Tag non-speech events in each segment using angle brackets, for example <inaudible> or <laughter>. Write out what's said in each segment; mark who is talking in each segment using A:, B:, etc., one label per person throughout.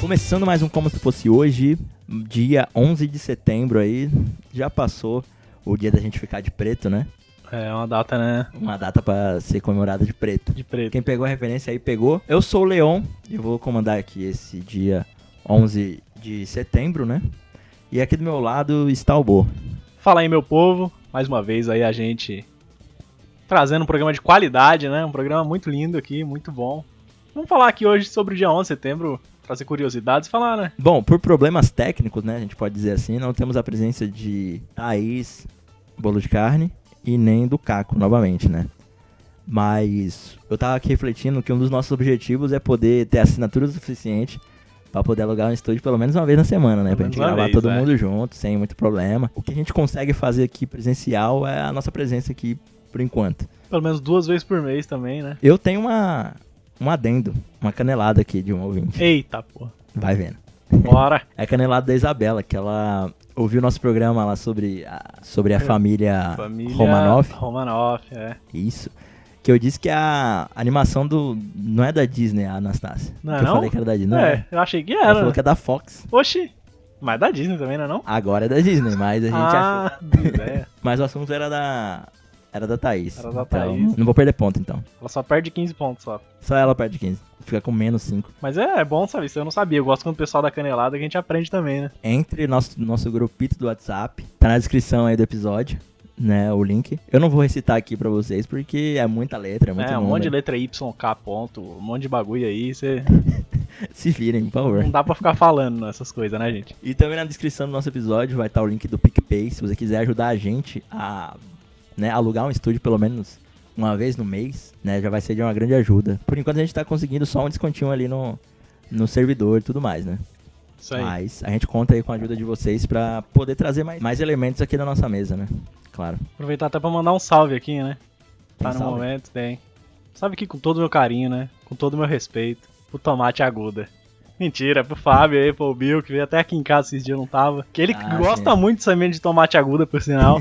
A: Começando mais um Como Se Fosse Hoje, dia 11 de setembro aí, já passou o dia da gente ficar de preto, né?
B: É uma data, né?
A: Uma data pra ser comemorada de preto.
B: De preto.
A: Quem pegou a referência aí pegou. Eu sou o Leon e eu vou comandar aqui esse dia 11 de setembro, né? E aqui do meu lado está o Bo.
B: Fala aí, meu povo. Mais uma vez aí a gente trazendo um programa de qualidade, né? Um programa muito lindo aqui, muito bom. Vamos falar aqui hoje sobre o dia 11 de setembro, trazer curiosidades e falar, né?
A: Bom, por problemas técnicos, né? A gente pode dizer assim, não temos a presença de Thaís, bolo de carne, e nem do Caco novamente, né? Mas eu tava aqui refletindo que um dos nossos objetivos é poder ter assinatura o suficiente pra poder alugar um estúdio pelo menos uma vez na semana, né?
B: Pelo
A: Pra
B: menos
A: gente
B: uma
A: gravar
B: vez,
A: todo
B: é.
A: mundo junto, sem muito problema. O que a gente consegue fazer aqui presencial é a nossa presença aqui por enquanto.
B: Pelo menos duas vezes por mês também, né?
A: Eu tenho uma um adendo, uma canelada aqui de um ouvinte.
B: Eita, pô.
A: Vai vendo.
B: Bora.
A: É a canelada da Isabela, que ela ouviu nosso programa lá sobre a, sobre
B: <laughs>
A: a família,
B: Família
A: Romanoff.
B: Romanoff, é.
A: Isso. Que eu disse que a animação do. Não é da Disney, a Anastácia.
B: Não é
A: que eu
B: não?
A: falei que era da Disney. Não,
B: é, eu achei que
A: Ela
B: era.
A: falou que é da Fox.
B: Oxi. Mas da Disney também, não é não?
A: Agora é da Disney, mas a gente
B: ah,
A: achou.
B: ideia.
A: Mas o assunto era da. Era da Thaís.
B: Era da
A: Então,
B: Thaís.
A: Não vou perder ponto então.
B: Ela só perde 15 pontos só.
A: Só ela perde 15. Fica com menos 5.
B: Mas é, é bom saber isso. Eu não sabia. Eu gosto quando o pessoal da canelada que a gente aprende também, né?
A: Entre nosso, nosso grupito do WhatsApp. Tá na descrição aí do episódio. Né, o link. Eu não vou recitar aqui pra vocês porque é muita letra, é muito
B: É, um
A: número.
B: monte de letra Y, K, ponto, um monte de bagulho aí, você
A: <laughs> Se virem, por favor.
B: não dá pra ficar falando essas coisas, né, gente?
A: E também na descrição do nosso episódio vai estar o link do PicPay, se você quiser ajudar a gente a né, alugar um estúdio pelo menos uma vez no mês, né? Já vai ser de uma grande ajuda. Por enquanto a gente tá conseguindo só um descontinho ali no, no servidor e tudo mais, né?
B: Isso aí.
A: Mas a gente conta aí com a ajuda de vocês pra poder trazer mais, mais elementos aqui na nossa mesa, né? Claro.
B: Aproveitar até pra mandar um salve aqui, né? Tá
A: Tem
B: no
A: salve?
B: momento, tem. Salve aqui com todo o meu carinho, né? Com todo o meu respeito. Pro Tomate Aguda. Mentira, é pro Fábio aí, pro Bill, que veio até aqui em casa esses dias não tava. Que ele
A: Ah,
B: gosta
A: sim.
B: muito também de Tomate Aguda,
A: <laughs>
B: por sinal.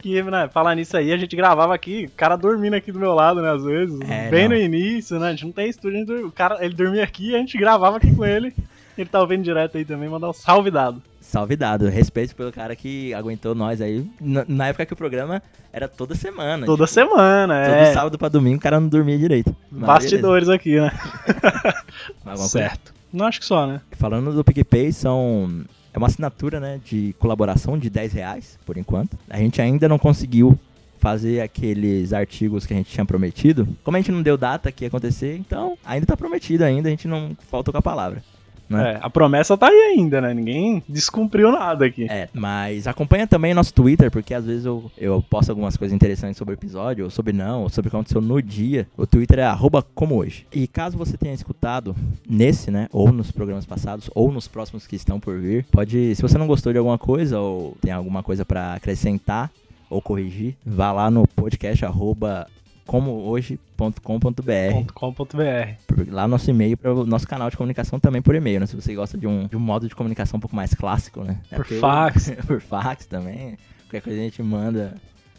B: que, né, falar nisso aí, a gente gravava aqui, o cara dormindo aqui do meu lado, né, às vezes.
A: É,
B: bem
A: não.
B: no início, né? A gente não tem estúdio, a gente dur- o cara, ele dormia aqui e a gente gravava aqui com ele. Ele tá ouvindo direto aí também, mandar um salve dado.
A: Salve dado. Respeito pelo cara que aguentou nós aí. Na, na época que o programa era toda semana.
B: Toda
A: tipo,
B: semana, é.
A: Todo sábado pra domingo o cara não dormia direito. Mas beleza. Tá
B: Bastidores aqui, né?
A: Alguma coisa?
B: Não acho que só, né?
A: Falando do PicPay, são. É uma assinatura né, de colaboração de 10 reais, por enquanto. A gente ainda não conseguiu fazer aqueles artigos que a gente tinha prometido. Como a gente não deu data que ia acontecer, então ainda tá prometido ainda, a gente não faltou com a palavra. né?
B: É, a promessa tá aí ainda, né? Ninguém descumpriu nada aqui.
A: É, mas acompanha também nosso Twitter, porque às vezes eu, eu posto algumas coisas interessantes sobre o episódio, ou sobre não, ou sobre o que aconteceu no dia. O Twitter é arroba como hoje. E caso você tenha escutado nesse, né, ou nos programas passados, ou nos próximos que estão por vir, pode, se você não gostou de alguma coisa, ou tem alguma coisa pra acrescentar, ou corrigir, vá lá no podcast arroba comohoje.com.br
B: .com.br
A: por- lá nosso e-mail para o nosso canal de comunicação também por e-mail, né? Se você gosta de um, de um modo de comunicação um pouco mais clássico, né? É
B: Por
A: porque-
B: fax.
A: <laughs> por fax também. Qualquer coisa a gente manda.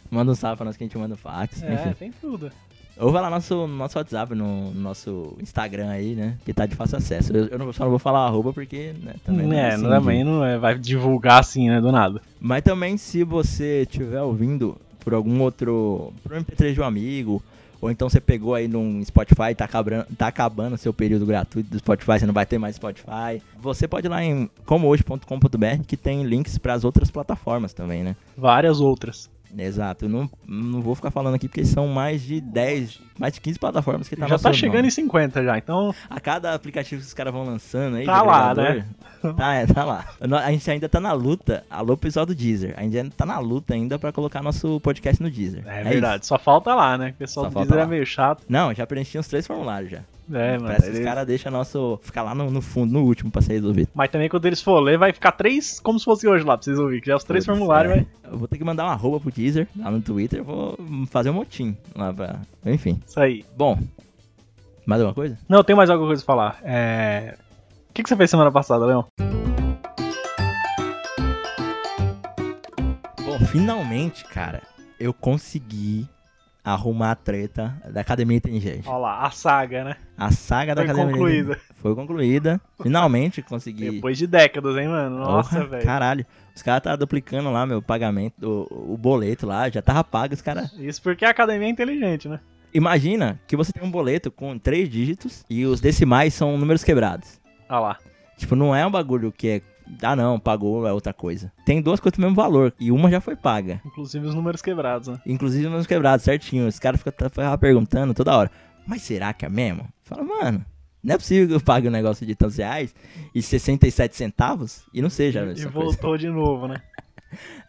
A: Manda um salve pra nós que a gente manda um fax.
B: É,
A: Enfim.
B: tem tudo.
A: Ou vai lá no nosso, no nosso WhatsApp, no nosso Instagram aí, né? Que tá de fácil acesso. Eu, eu não, só não vou falar arroba porque, né? Também não
B: é,
A: assim,
B: também não é, vai divulgar assim, né? Do nada.
A: mas também se você estiver ouvindo por algum outro. Por um MP3 de um amigo, ou então você pegou aí num Spotify e tá acabando, tá acabando seu período gratuito do Spotify, você não vai ter mais Spotify. Você pode ir lá em comohoje.com.br que tem links para as outras plataformas também, né?
B: Várias outras.
A: Exato, eu não, não vou ficar falando aqui porque são mais de 10, mais de 15 plataformas que tá
B: já
A: nosso
B: tá chegando
A: nome.
B: em 50 já, então
A: A cada aplicativo que os caras vão lançando aí.
B: Tá
A: do
B: lá,
A: agregador, Tá, é, tá lá. No- A gente ainda tá na luta. Alô, pessoal do Deezer. A gente ainda tá na luta ainda pra colocar nosso podcast no Deezer.
B: <laughs> é,
A: isso.
B: verdade. Só falta lá, né? O pessoal
A: Só
B: do
A: falta
B: Deezer é
A: lá.
B: meio chato.
A: Não, já preenchi uns três formulários já.
B: É, mano.
A: Parece que os
B: eles-
A: caras deixam nosso. ficar lá no, no fundo, no último pra ser resolvido.
B: Mas também quando eles for ler, vai ficar três como se fosse hoje lá, pra vocês ouvirem. Que já os três
A: Putz,
B: formulários,
A: é.
B: vai.
A: Eu vou ter que mandar uma arroba pro Deezer lá no Twitter. eu Vou fazer um motim lá pra. Enfim.
B: Isso aí.
A: Bom. Mais alguma coisa?
B: Não, tem mais alguma coisa pra falar. É. O que, que você fez semana passada, Leon?
A: Bom, finalmente, cara, eu consegui arrumar a treta da Academia Inteligente.
B: Olha lá, a saga, né?
A: A saga da
B: Foi
A: Academia
B: concluída.
A: Inteligente foi concluída. Finalmente consegui.
B: Depois de décadas, hein, mano? Nossa,
A: Porra,
B: velho.
A: Caralho. Os caras tá duplicando lá meu pagamento, o, o boleto lá, já tava pago. Os caras.
B: Isso porque a academia é inteligente, né?
A: Imagina que você tem um boleto com três dígitos e os decimais são números quebrados.
B: Olha lá.
A: Tipo, não é um bagulho que é. Ah, não, pagou, é outra coisa. Tem duas coisas do mesmo valor e uma já foi paga.
B: Inclusive os números quebrados, né?
A: Inclusive números quebrados, certinho. Os caras ficam ficava perguntando toda hora. Mas será que é mesmo? Fala, mano, não é possível que eu pague um negócio de tantos reais e 67 centavos e não seja.
B: e
A: essa coisa." Ah,
B: voltou de novo, né?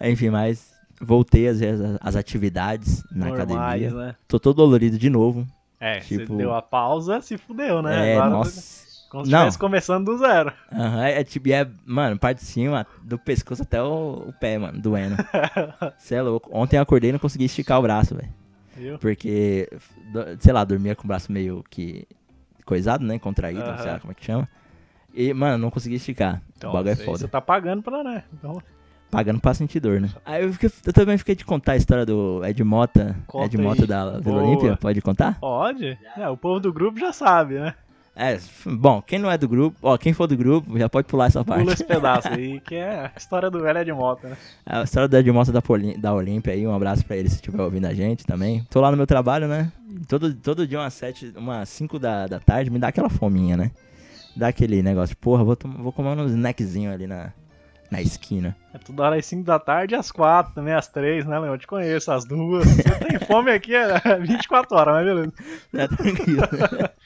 A: Enfim, mas voltei às vezes às- às atividades na
B: Normais,
A: academia.
B: né?
A: Tô todo dolorido de novo.
B: É,
A: Tipo-
B: se deu a pausa, se fudeu, né?
A: é,
B: Agora,
A: nossa.
B: Como se
A: Não.
B: estivesse começando do zero.
A: Aham, é tipo, e é, mano, parte de cima, do pescoço até o, o pé, mano,
B: <laughs>
A: doendo. Você é louco. Ontem eu acordei e não consegui esticar o braço, velho.
B: Viu?
A: Porque, do- sei lá, dormia com o braço meio que coisado, né? Contraído,
B: Aham.
A: sei lá como é que chama. E, mano, não consegui esticar. o bagulho é
B: isso aí
A: foda.
B: Você tá pagando pra, né? Então,
A: Pagando pra sentir dor, né? Aí eu, fiquei- eu também fiquei de contar a história do Ed Mota.
B: Conta
A: Ed Mota
B: aí.
A: da Vila
B: Boa.
A: Olímpia, pode contar?
B: pode? É, o povo do grupo já sabe, né?
A: É, f- bom, quem não é do grupo, ó, quem for do grupo já pode pular essa parte.
B: Pula esse pedaço aí, que é a história do velho é de moto, né?
A: A história do Edmota da, Poli- da Olímpia aí, um abraço pra ele se estiver ouvindo a gente também. Tô lá no meu trabalho, né? Todo, todo dia umas sete, umas 5 da, da tarde, me dá aquela fominha, né? Dá aquele negócio, porra, vou, tom- vou comer uns snackzinho ali na, na esquina.
B: É toda hora às 5 da tarde, às 4, também às 3, né, Leon? Eu te conheço, às 2. Você tem fome aqui é 24 horas, mas beleza.
A: É, tranquilo. <laughs>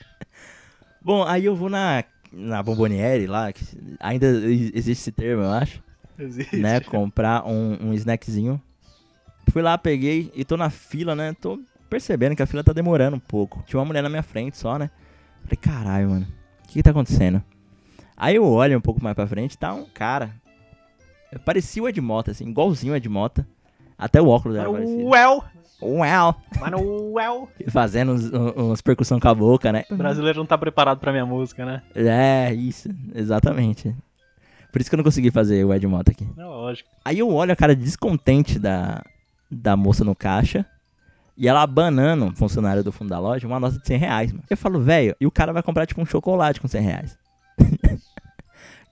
A: Bom, aí eu vou na, na Bomboniere lá, que ainda e- existe esse termo, eu acho.
B: Existe.
A: né, comprar um, um snackzinho. Fui lá, peguei e tô na fila, né? Tô percebendo que a fila tá demorando um pouco. Tinha uma mulher na minha frente só, né? Falei, caralho, mano, o que, que tá acontecendo? Aí eu olho um pouco mais pra frente, tá um cara. Parecia o Edmota, assim, igualzinho o Edmota. Até o óculos era é parecido. <laughs>
B: Manuel,
A: Uau!
B: Manuel.
A: Fazendo uns, uns percussão com a boca, né?
B: O brasileiro não tá preparado pra minha música, né?
A: É, isso, exatamente. Por isso que eu não consegui fazer o Edmota aqui.
B: É lógico.
A: Aí eu olho a cara descontente da, da moça no caixa. E ela abanando, um funcionário do fundo da loja, uma nota de 100 reais, mano. Eu falo, velho, e o cara vai comprar, tipo, um chocolate com 100 reais. <laughs>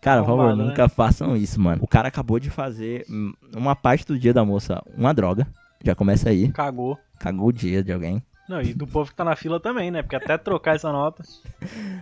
A: cara, por favor,
B: Arrombado, né?
A: nunca façam isso, mano. O cara acabou de fazer hum, uma parte do dia da moça uma droga. Já começa aí.
B: Cagou.
A: Cagou o dia de alguém.
B: Não, e do povo que tá na fila também, né? Porque até trocar essa nota,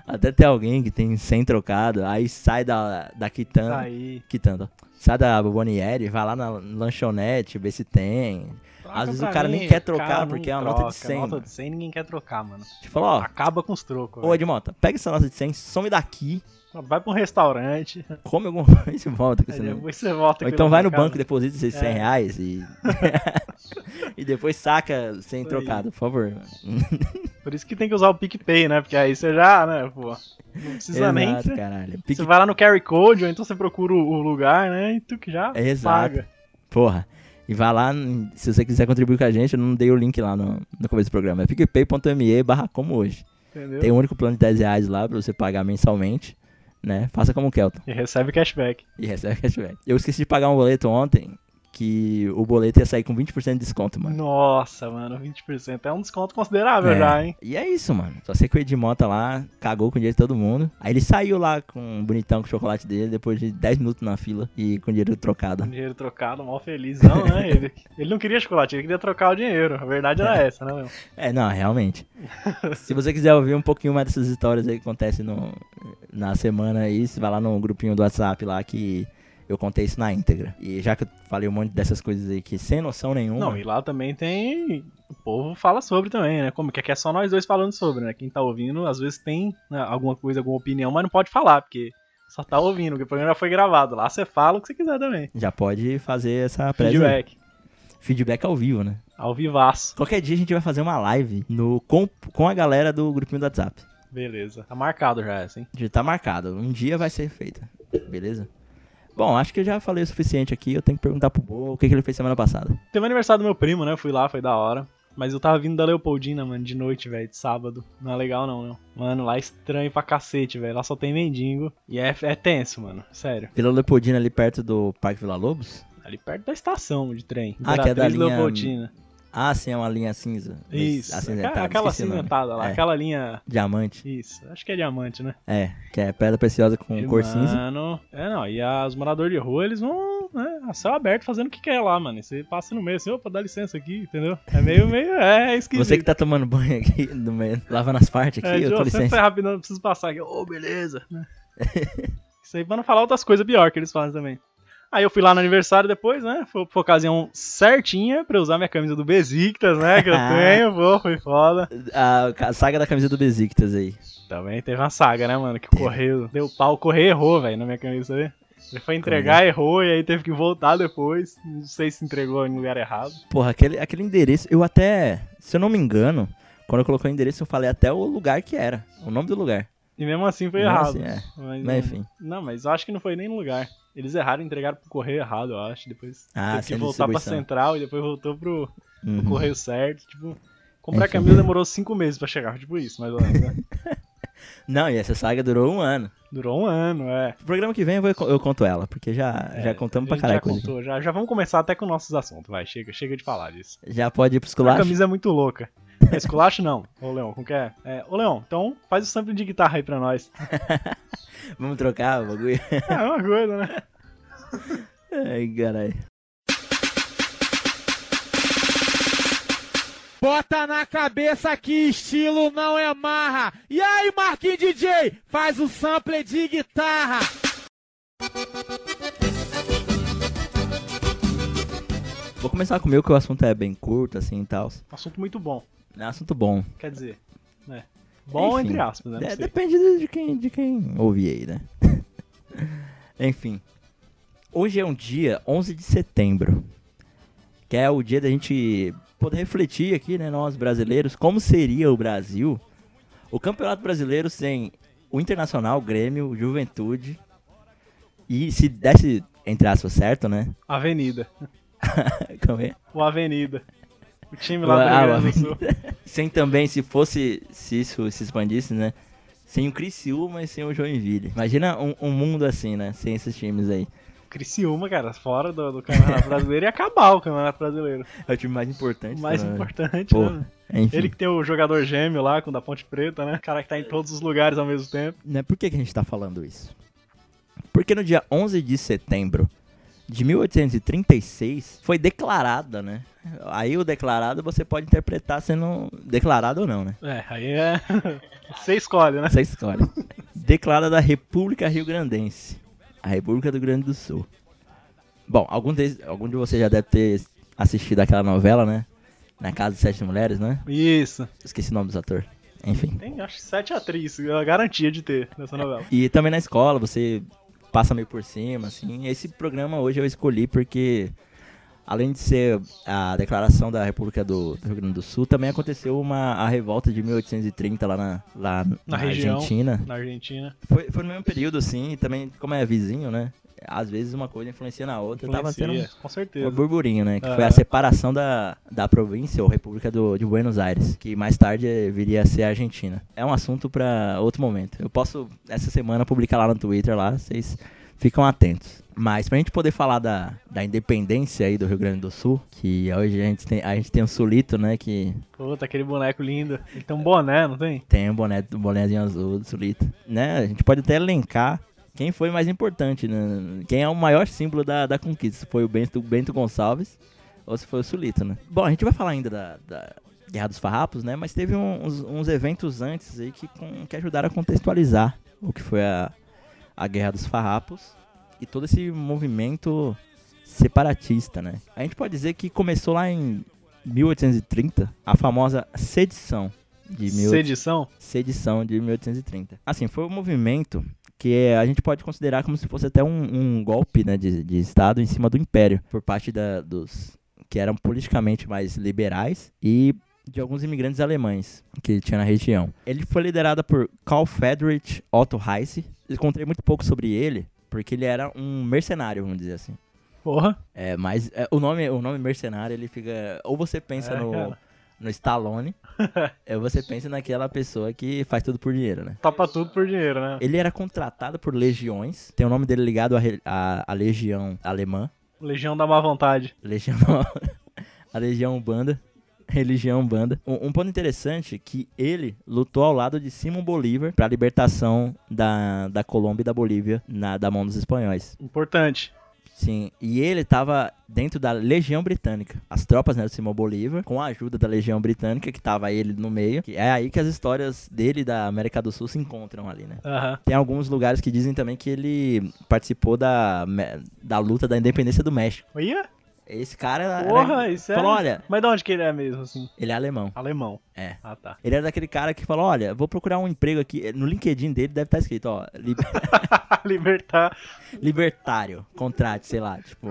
A: Até tem alguém que tem 100 trocado, aí sai da, da quitanda.
B: tá aí.
A: Quitanda. Sai da Bonieri, vai lá na lanchonete, vê se tem.
B: Troca
A: Às vezes
B: pra
A: o cara
B: mim,
A: nem quer trocar,
B: cara não
A: porque é uma nota de
B: troca.
A: 100,
B: Nota
A: mano.
B: de 100 ninguém quer trocar, mano.
A: Tipo, falou, ó,
B: Acaba com os trocos.
A: Ô, Edmota, pega essa nota de 100, some
B: <laughs>
A: daqui,
B: velho. Vai pra um restaurante,
A: come alguma coisa e volta com
B: aí
A: esse número.
B: depois você volta
A: Ou
B: com
A: então
B: ele
A: vai no
B: pra casa.
A: banco, deposita esses 100
B: É.
A: reais
B: <laughs>
A: e... e depois saca sem
B: Foi.
A: trocado, por favor. mano.
B: Por isso que tem que usar o PicPay, né? Porque aí você já, né, pô. Não precisa nem.
A: Exato,
B: você-
A: caralho. Pique-
B: Você vai lá no Carry Code, ou então você procura o o lugar, né? E tu que já
A: É, Exato.
B: paga.
A: Porra. E vai lá, n- se você quiser contribuir com a gente, eu não dei o link lá no, no começo do programa. É picpay.me barra como hoje.
B: Entendeu?
A: Tem um único plano de 10 reais lá pra você pagar mensalmente, né? Faça como o Kelton.
B: E recebe cashback.
A: E <laughs> recebe cashback. Eu esqueci de pagar um boleto ontem, que o boleto ia sair com 20% de desconto, mano.
B: Nossa, mano, 20%. É um desconto considerável
A: É.
B: já, hein?
A: E é isso, mano. Só sei que o Edmota lá cagou com o dinheiro de todo mundo. Aí ele saiu lá com um bonitão com o chocolate dele, depois de 10 minutos na fila e com o dinheiro
B: Com
A: trocado.
B: Dinheiro trocado, mal felizão,
A: <laughs>
B: né? Ele, ele não queria chocolate, ele queria trocar o dinheiro. A verdade era essa, né, meu?
A: É, não,
B: <laughs>
A: realmente. Se você quiser ouvir um pouquinho mais dessas histórias aí que acontecem no, na semana aí, você vai lá no grupinho do WhatsApp lá que eu contei isso na íntegra. E já que eu falei um monte dessas coisas aí que sem noção nenhuma.
B: Não, e lá também tem. O povo fala sobre também, né? Como que aqui é só nós dois falando sobre, né? Quem tá ouvindo, às vezes tem né, alguma coisa, alguma opinião, mas não pode falar, porque só tá ouvindo, porque o programa já foi gravado. Lá você fala o que você quiser também.
A: Já pode fazer essa presa.
B: Feedback.
A: Feedback ao vivo, né?
B: Ao vivaço.
A: Qualquer dia a gente vai fazer uma live no, com, com a galera do grupinho do WhatsApp.
B: Beleza. Tá marcado já essa, hein?
A: Já tá marcado. Um dia vai ser feita. Beleza? Bom, acho que eu já falei o suficiente aqui. Eu tenho que perguntar pro Bo o que, que ele fez semana passada.
B: Teve o aniversário do meu primo, né? Eu fui lá, foi da hora. Mas eu tava vindo da Leopoldina, mano, de noite, velho, de sábado. Não é legal, não, não. Mano, lá é estranho pra cacete, velho. Lá só tem mendigo. E é, é tenso, mano. Sério.
A: Vila Leopoldina ali perto do Parque Vila Lobos?
B: Ali perto da estação de trem.
A: Ah, que é da
B: Imperatriz
A: linha-
B: Leopoldina.
A: Ah, sim, é uma linha cinza. mas
B: Isso.
A: Acinzentada.
B: aquela- aquela
A: assim, tá, esqueci o nome.
B: acinzentada lá,
A: É.
B: aquela linha.
A: Diamante.
B: Isso, acho que é diamante, né?
A: É, que é pedra preciosa com
B: E,
A: cor cinza.
B: Mano, é não, e as moradores de rua, eles vão, né, a céu aberto fazendo o que quer lá, mano. E você passa no meio assim, opa, dá licença aqui, entendeu? É meio, meio, é esquisito.
A: Você que tá tomando banho aqui, <laughs> no meio, lavando as partes aqui,
B: é,
A: eu
B: João,
A: tô
B: sempre
A: licença.
B: foi rápido, não preciso passar aqui. Ô, beleza. né? <laughs> Isso aí pra não falar outras coisas pior que eles fazem também. Aí eu fui lá no aniversário depois, né? Foi por ocasião certinha pra eu usar minha camisa do Besiktas,
A: <laughs>
B: né? Que eu
A: Ah.
B: tenho, pô, foi foda.
A: A ca- saga da camisa do Besiktas aí.
B: Também teve uma saga, né, mano? Que o correio deu pau, o correio errou, velho, na minha camisa, né? Ele foi entregar, errou, e aí teve que voltar depois. Não sei se entregou no lugar errado.
A: Porra, aquele, aquele endereço, eu até, se eu não me engano, quando eu coloquei o endereço, eu falei até o lugar que era, o nome do lugar.
B: E mesmo assim foi
A: Mesmo
B: errado.
A: assim, é.
B: Mas,
A: Mas enfim.
B: Não, mas eu acho que não foi nem no lugar. Eles erraram, entregaram pro correio errado, eu acho. Depois
A: Ah,
B: teve que
A: sem
B: voltar pra
A: distribuição.
B: central e depois voltou pro, pro
A: Uhum.
B: correio certo. Tipo, comprar
A: Enfim.
B: camisa demorou cinco meses pra chegar, tipo isso, mas né?
A: <laughs> Não, e essa saga durou um ano.
B: durou um ano, é.
A: No programa que vem eu, vou- eu conto ela, porque já,
B: É,
A: já contamos pra
B: a gente
A: caralho
B: Já,
A: coisa.
B: contou, já, já vamos começar até com nossos assuntos, vai. Chega, chega de falar disso.
A: Já pode ir pros
B: A
A: culachos?
B: camisa é muito louca. Mas Esculacho não. Ô, Leon, como que é? É, Ô, Leon, então faz o sample de guitarra aí
A: <laughs>
B: pra nós.
A: Vamos trocar o bagulho? <laughs>
B: É uma coisa, né?
A: Ai, caralho.
C: Bota na cabeça que estilo não é marra. E aí, Marquinhos DJ, faz o sample de guitarra.
A: Vou começar com o meu, que o assunto é bem curto, assim e tal.
B: Um Assunto muito bom.
A: É um assunto bom.
B: Quer dizer, né? Bom
A: Enfim.
B: entre aspas, né? Não
A: É,
B: sei.
A: depende de- de quem, de quem ouvir aí, né? <laughs> Enfim. Hoje é um dia, 11 de setembro. Que é o dia da gente poder refletir aqui, né? Nós brasileiros, como seria o Brasil? O Campeonato Brasileiro sem o Internacional, Grêmio, Juventude. E se desse, entre aspas, certo, né? <laughs>
B: Avenida.
A: Calma aí.
B: O Avenida. O time lá do
A: Ah,
B: Rio
A: o
B: Grande do Sul.
A: sem também, se fosse, se isso se expandisse, né? Sem o Criciúma e sem o Joinville. Imagina um, um mundo assim, né? Sem esses times aí.
B: Criciúma, cara, fora do, do Campeonato Brasileiro ia acabar o Campeonato Brasileiro.
A: É o time mais importante.
B: O mais
A: né?
B: importante,
A: Porra.
B: né?
A: Enfim,
B: Ele que tem o jogador gêmeo lá, com o da Ponte Preta, né? O cara que tá em todos os lugares ao mesmo tempo.
A: né? Por que, que a gente tá falando isso? Porque no dia 11 de setembro de 1836 foi declarada, né? Aí o declarado você pode interpretar sendo declarado ou não, né?
B: É, aí é. <laughs> Você escolhe, né?
A: Essa é história. Declara da República Rio Grandense. A República do Rio Grande do Sul. Bom, algum de, algum de vocês já deve ter assistido aquela novela, né? Na Casa de Sete Mulheres, né?
B: Isso.
A: Esqueci o nome dos atores. Enfim.
B: Tem, acho, que sete atrizes, é a garantia de ter nessa novela.
A: E também na escola, você passa meio por cima, assim. Esse programa hoje eu escolhi porque, além de ser a declaração da República do, do Rio Grande do Sul, também aconteceu uma, a revolta de 1830 lá na, lá na
B: região.
A: Argentina.
B: Na Argentina.
A: Foi, foi no mesmo período, assim, e também, como é vizinho, né? Às vezes uma coisa influencia na outra. Tava sendo
B: influencia,
A: um,
B: Com
A: um
B: certeza.
A: burburinho, né? Que foi
B: Aham.
A: a separação da, da província ou República do, de Buenos Aires, que mais tarde eh, viria a ser a Argentina. É um assunto pra outro momento. Eu posso, essa semana, publicar lá no Twitter, lá, vocês ficam atentos. Mas pra gente poder falar da, da independência aí do Rio Grande do Sul, que hoje a gente tem, a gente tem um sulito, né? Que
B: Puta, aquele boneco lindo. Ele tem um boné, não tem?
A: tem o boné, o bonézinho azul do Sulita. Né? A gente pode até elencar quem foi mais importante, né? Quem é o maior símbolo da, da conquista. Se foi o Bento, Bento Gonçalves ou se foi o Sulita, né? Bom, a gente vai falar ainda da, da Guerra dos Farrapos, né? Mas teve uns, uns eventos antes aí que, com- que ajudaram a contextualizar o que foi a, a Guerra dos Farrapos e todo esse movimento separatista, né? A gente pode dizer que começou lá em 1830, a famosa sedição de 1830
B: Sedição?
A: sedição de 1830. Assim, foi um movimento que a gente pode considerar como se fosse até um, um golpe né, de, de Estado em cima do Império, por parte da- dos que eram politicamente mais liberais e de alguns imigrantes alemães que tinha na região. Ele foi liderado por Karl Friedrich Otto Heise. Encontrei muito pouco sobre ele, porque ele era um mercenário, vamos dizer assim.
B: Porra.
A: É, mas é, o, nome, o nome mercenário, ele fica... Ou você pensa
B: É,
A: no,
B: cara.
A: no Stallone, ou você pensa naquela pessoa que faz tudo por dinheiro, né?
B: Topa tudo por dinheiro, né?
A: Ele era contratado por legiões, tem o nome dele ligado à, re- à- à legião alemã, <laughs>
B: Legião da Má Vontade.
A: legião... a legião Banda, religião banda. Um, um ponto interessante é que ele lutou ao lado de Simon Bolívar para a libertação da, da Colômbia e da Bolívia na, da mão dos espanhóis.
B: Importante.
A: Sim, e ele estava dentro da Legião Britânica. As tropas né, do Simão Bolívar, com a ajuda da Legião Britânica, que estava ele no meio. Que é aí que as histórias dele e da América do Sul se encontram ali, né?
B: Aham.
A: Tem alguns lugares que dizem também que ele participou da, me- da luta da independência do México.
B: Olha,
A: Esse cara era-
B: porra, isso é.
A: falou, olha,
B: Mas de onde que ele é mesmo, assim?
A: ele é alemão.
B: Alemão.
A: É.
B: Ah, tá. <laughs>
A: Ele era daquele cara que falou, olha, vou procurar um emprego aqui. No LinkedIn dele deve estar escrito, ó, li-
B: Libertar.
A: <laughs> libertário, contrato, sei lá, tipo...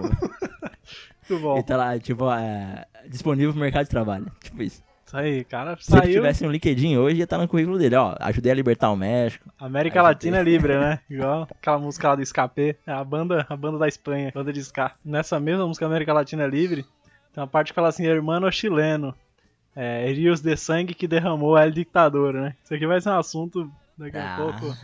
B: Muito bom.
A: Ele tá lá, tipo, é, disponível pro mercado de trabalho. Tipo isso.
B: Isso aí, cara.
A: Se ele
B: Saiu.
A: tivesse um LinkedIn hoje, ia estar no currículo dele, ó. Ajudei a libertar o México.
B: América
A: Aí já
B: Latina é livre, né?
A: <laughs>
B: Igual aquela música lá do Escapé, é a banda, a banda da Espanha, banda de ska. Nessa mesma música América Latina é livre, tem uma parte que fala assim, hermano chileno, é, rios de sangue que derramou el ditador, né? Isso aqui vai ser um assunto daqui a
A: Ah,
B: pouco.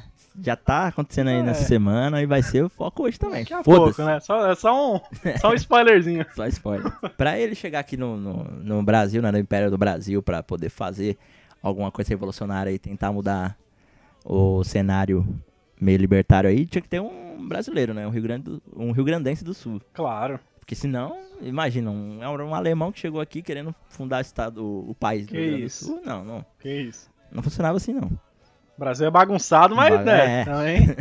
A: Já tá acontecendo aí
B: É.
A: nessa semana e vai ser o foco hoje também.
B: Daqui a
A: Foda-se.
B: pouco, né? Só, é só um, só um spoilerzinho. <laughs>
A: Só spoiler. pra ele chegar aqui no, no, no Brasil, né, no Império do Brasil, pra poder fazer alguma coisa revolucionária e tentar mudar o cenário meio libertário aí, tinha que ter um brasileiro, né? Um Rio Grande do- um Rio Grandense do Sul.
B: Claro,
A: Porque senão, imagina, um, é um alemão que chegou aqui querendo fundar o estado, o país
B: Que
A: do Rio Grande do
B: isso.
A: Sul. Não, não.
B: que isso.
A: Não funcionava assim, não.
B: O Brasil é bagunçado, mas
A: Ba-
B: né,
A: é.
B: também.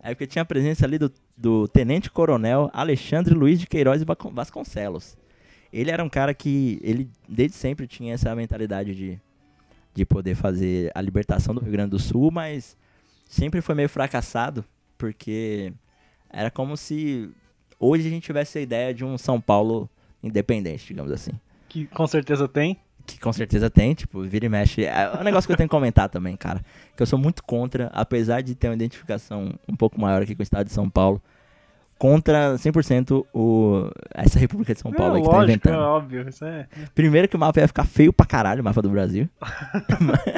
A: É porque tinha a presença ali do, do Tenente Coronel Alexandre Luiz de Queiroz Vaco- Vasconcelos. Ele era um cara que, ele desde sempre tinha essa mentalidade de, de poder fazer a libertação do Rio Grande do Sul, mas sempre foi meio fracassado, porque era como se hoje a gente tivesse a ideia de um São Paulo independente, digamos assim.
B: Que com certeza tem.
A: Que com certeza tem, tipo, vira e mexe. É um negócio que eu tenho que comentar também, cara. Que eu sou muito contra, apesar de ter uma identificação um pouco maior aqui com o estado de São Paulo, contra 100% o, essa República de <laughs> São Paulo
B: é,
A: aí que tá
B: lógico, é
A: inventando.
B: óbvio. Isso é
A: Primeiro que o mapa ia ficar feio pra caralho, o mapa do Brasil.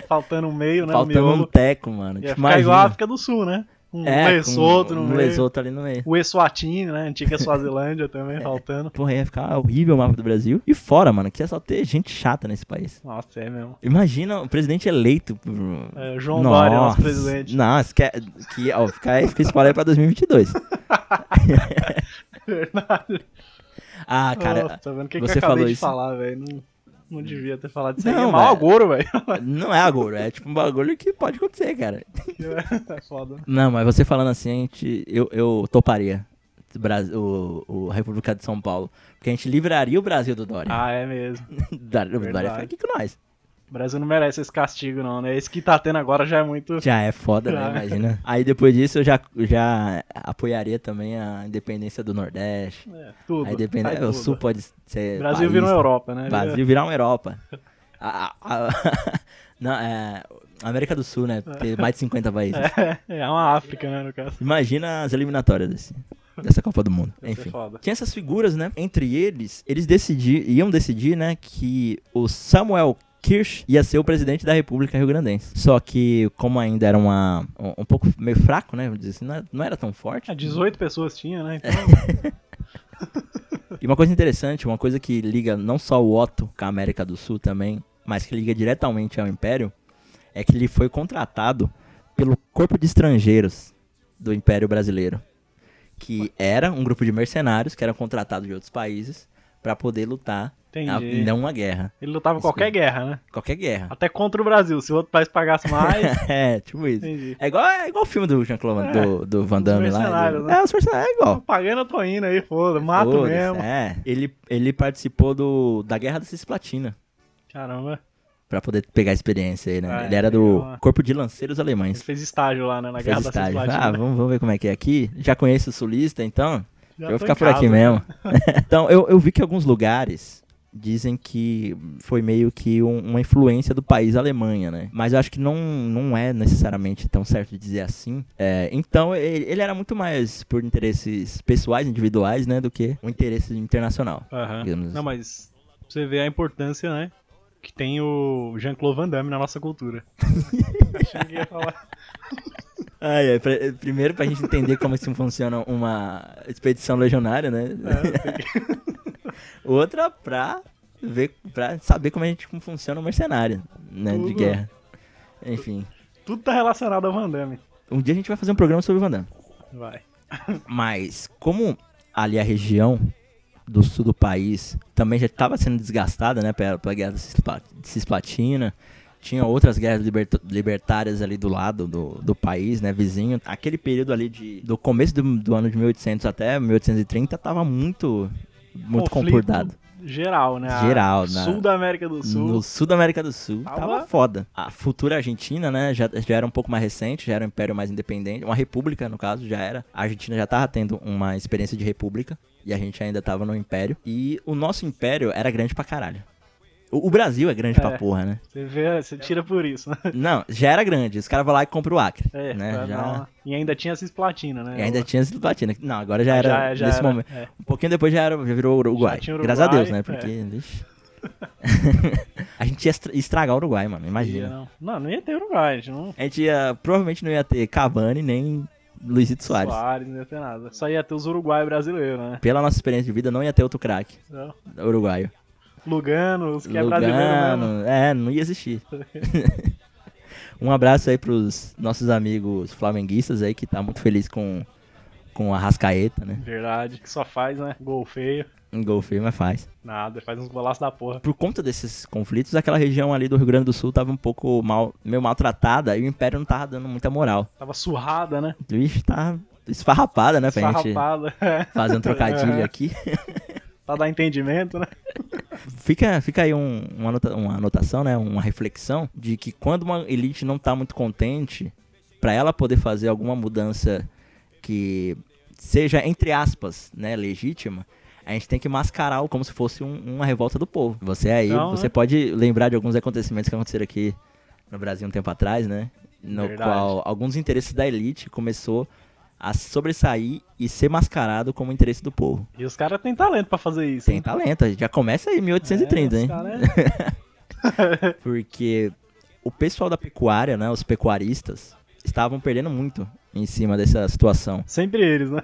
B: faltando um meio, né? no
A: faltando
B: miolo.
A: um teco, mano.
B: Ia
A: Tipo,
B: ficar igual a
A: imagina.
B: África do Sul, né? Um
A: É, com
B: Lesoto no
A: um
B: meio.
A: Lesoto ali no meio.
B: O Eswatini, né? Antiga Suazilândia
A: É.
B: também faltando.
A: Porra, ia ficar horrível o mapa do Brasil. E fora, mano, que ia só ter gente chata nesse país.
B: Nossa, é mesmo.
A: Imagina o presidente eleito por-
B: É, João Dória, nosso presidente.
A: Não, esque... que, ó, fica aí, fica spoiler pra 2022.
B: <laughs> Verdade. <laughs>
A: Ah, cara,
B: Nossa, tá vendo o que, que
A: você
B: eu acabei
A: falou
B: de
A: isso.
B: falar, velho? Não, não devia ter falado isso aí.
A: Não,
B: É mal
A: velho.
B: agouro, velho. <laughs>
A: não é agora, é tipo um bagulho que pode acontecer, cara.
B: é foda.
A: Não, mas você falando assim, a gente, eu, eu toparia o Brasil, o, o República de São Paulo. Porque a gente livraria o Brasil do <laughs> Dória.
B: Ah, é mesmo.
A: o Dória
B: verdade.
A: fica aqui com
B: <laughs>
A: nós.
B: O Brasil não merece esse castigo, não, né? Esse que tá tendo agora já é muito.
A: Já é foda, né?
B: Ah.
A: Imagina. Aí depois disso eu já, já apoiaria também a independência do Nordeste.
B: É, tudo.
A: A independência.
B: Sai
A: O
B: tudo.
A: Sul pode ser.
B: O Brasil virou
A: país,
B: Europa, né?
A: Brasil virar uma Europa. A, a- a- <laughs> não, é, América do Sul, né? Tem mais de 50 países.
B: <laughs> É, é uma África, né, no caso.
A: Imagina as eliminatórias desse, dessa Copa do Mundo.
B: Ia ser
A: Enfim.
B: foda.
A: Tinha essas figuras, né? Entre eles, eles decidir, iam decidir, né, que o Samuel Kirsch ia ser o presidente da República Rio Grandense. Só que, como ainda era uma, um, um pouco meio fraco, né? vamos dizer assim, Não era, não era tão forte.
B: É, 18 pessoas tinha, né? Então,
A: É. E uma coisa interessante, uma coisa que liga não só o Otto com a América do Sul também, mas que liga diretamente ao Império, é que ele foi contratado pelo Corpo de Estrangeiros do Império Brasileiro, que era um grupo de mercenários que eram contratados de outros países para poder lutar a,
B: entendi.
A: não uma guerra,
B: Ele lutava qualquer guerra, né?
A: qualquer guerra.
B: Até contra o Brasil. Se o outro país pagasse mais,
A: é, tipo <laughs> isso.
B: Entendi.
A: É igual, é igual o filme do Jean-Claude, Van- do, do Van
B: os
A: Damme lá.
B: mercenários, né?
A: É, os mercenários é igual.
B: Tô pagando, eu tô indo aí, foda. Mato
A: Foda-se,
B: mesmo.
A: É. Ele, ele participou do, da Guerra da Cisplatina.
B: Caramba.
A: Pra poder pegar a experiência aí, né?
B: Ah,
A: ele era
B: legal,
A: do
B: ó.
A: Corpo de Lanceiros
B: Ele
A: Alemães.
B: fez estágio lá, né, na
A: Fez
B: Guerra da
A: estágio.
B: Cisplatina.
A: Ah, vamos, vamos ver como é que é aqui. Já conheço o sulista, então.
B: Já
A: eu vou
B: tô
A: ficar
B: em
A: por aqui
B: casa. né?
A: mesmo.
B: <laughs>
A: <laughs> então, eu, eu vi que alguns lugares dizem que foi meio que um- uma influência do país Alemanha, né? Mas eu acho que não, não é necessariamente tão certo de dizer assim. É, então, ele, ele era muito mais por interesses pessoais, individuais, né? Do que o interesse internacional.
B: Aham.
A: Digamos
B: Não,
A: assim.
B: mas pra você vê a importância, né, que tem o Jean-Claude Van Damme na nossa cultura. <laughs> Achei que ia falar.
A: Ai, ai, pra- primeiro pra gente entender como assim funciona uma expedição legionária, né? <laughs> Outra pra ver, pra saber como a gente como funciona o mercenário, né? De
B: Tudo.
A: guerra. Enfim.
B: Tudo tá relacionado ao Van Damme.
A: Um dia a gente vai fazer um programa sobre o Van Damme.
B: Vai.
A: Mas como ali a região do sul do país também já estava sendo desgastada, né, pela, pela guerra da Cispa- de Cisplatina, tinha outras guerras liberta- libertárias ali do lado do, do país, né, vizinho. Aquele período ali de, do começo do, do ano de 1800 até 1830 tava muito muito
B: Conflito
A: concordado.
B: Geral, né? A
A: Geral, né?
B: Sul da América do Sul.
A: No sul da América do Sul,
B: Tava-
A: tava, foda. A futura Argentina, né, já, já era um pouco mais recente, já era um império mais independente, uma república, no caso, já era. A Argentina já tava tendo uma experiência de república, e a gente ainda tava no império. E o nosso império era grande pra caralho. O, o Brasil é grande
B: É.
A: pra porra, né?
B: Você vê, você tira por isso, <laughs> né?
A: Não, já era grande. Os caras vão lá e compram o Acre,
B: É, pra
A: né? Já...
B: dar uma- E ainda tinha essa esplatina, né?
A: e ainda tinha esse Latina. Não, agora já era
B: já
A: nesse
B: era,
A: momento.
B: é.
A: Um pouquinho depois já, era, já virou Uruguai.
B: Já tinha Uruguai,
A: Graças a Deus, né?
B: é.
A: Porque, vixe. <laughs> a gente ia estra- estragar o Uruguai, mano. Imagina.
B: Ia, não. não, não ia ter Uruguai, a gente não.
A: A gente ia, provavelmente não ia ter Cavani nem Luizito Soares.
B: Soares, não ia ter nada. Só ia ter os Uruguai brasileiros, né?
A: Pela nossa experiência de vida, não ia ter outro craque
B: Então,
A: uruguaio.
B: Lugano, os que é brasileiro mesmo.
A: Lugano, é, não ia
B: <laughs>
A: existir. um abraço aí pros nossos amigos flamenguistas aí, que tá muito feliz com, com a Rascaeta, né?
B: Verdade, que só faz, né? Gol feio,
A: Um gol feio, mas faz.
B: nada, faz uns golaços da porra.
A: Por conta desses conflitos, aquela região ali do Rio Grande do Sul tava um pouco mal, meio maltratada e o Império não tava dando muita moral.
B: Tava surrada, né?
A: O bicho tá esfarrapada, né, pra gente
B: Sarrapada. <laughs>
A: fazer um trocadilho
B: É,
A: aqui.
B: pra dar entendimento, né?
A: Fica, fica aí um- uma, anota- uma anotação, né? Uma reflexão de que quando uma elite não tá muito contente, para ela poder fazer alguma mudança que seja, entre aspas, né, legítima, a gente tem que mascarar como se fosse um- uma revolta do povo. Você aí,
B: Então,
A: você
B: né?
A: pode lembrar de alguns acontecimentos que aconteceram aqui no Brasil um tempo atrás, né? No
B: Verdade.
A: qual alguns interesses da elite começou a sobressair e ser mascarado como interesse do povo.
B: E os caras têm talento pra fazer isso.
A: Tem
B: hein?
A: talento, a gente já começa aí em 1830,
B: É, os
A: hein?
B: cara
A: porque o pessoal da pecuária, né, os pecuaristas, estavam perdendo muito em cima dessa situação. <laughs>
B: é- Sempre eles, né?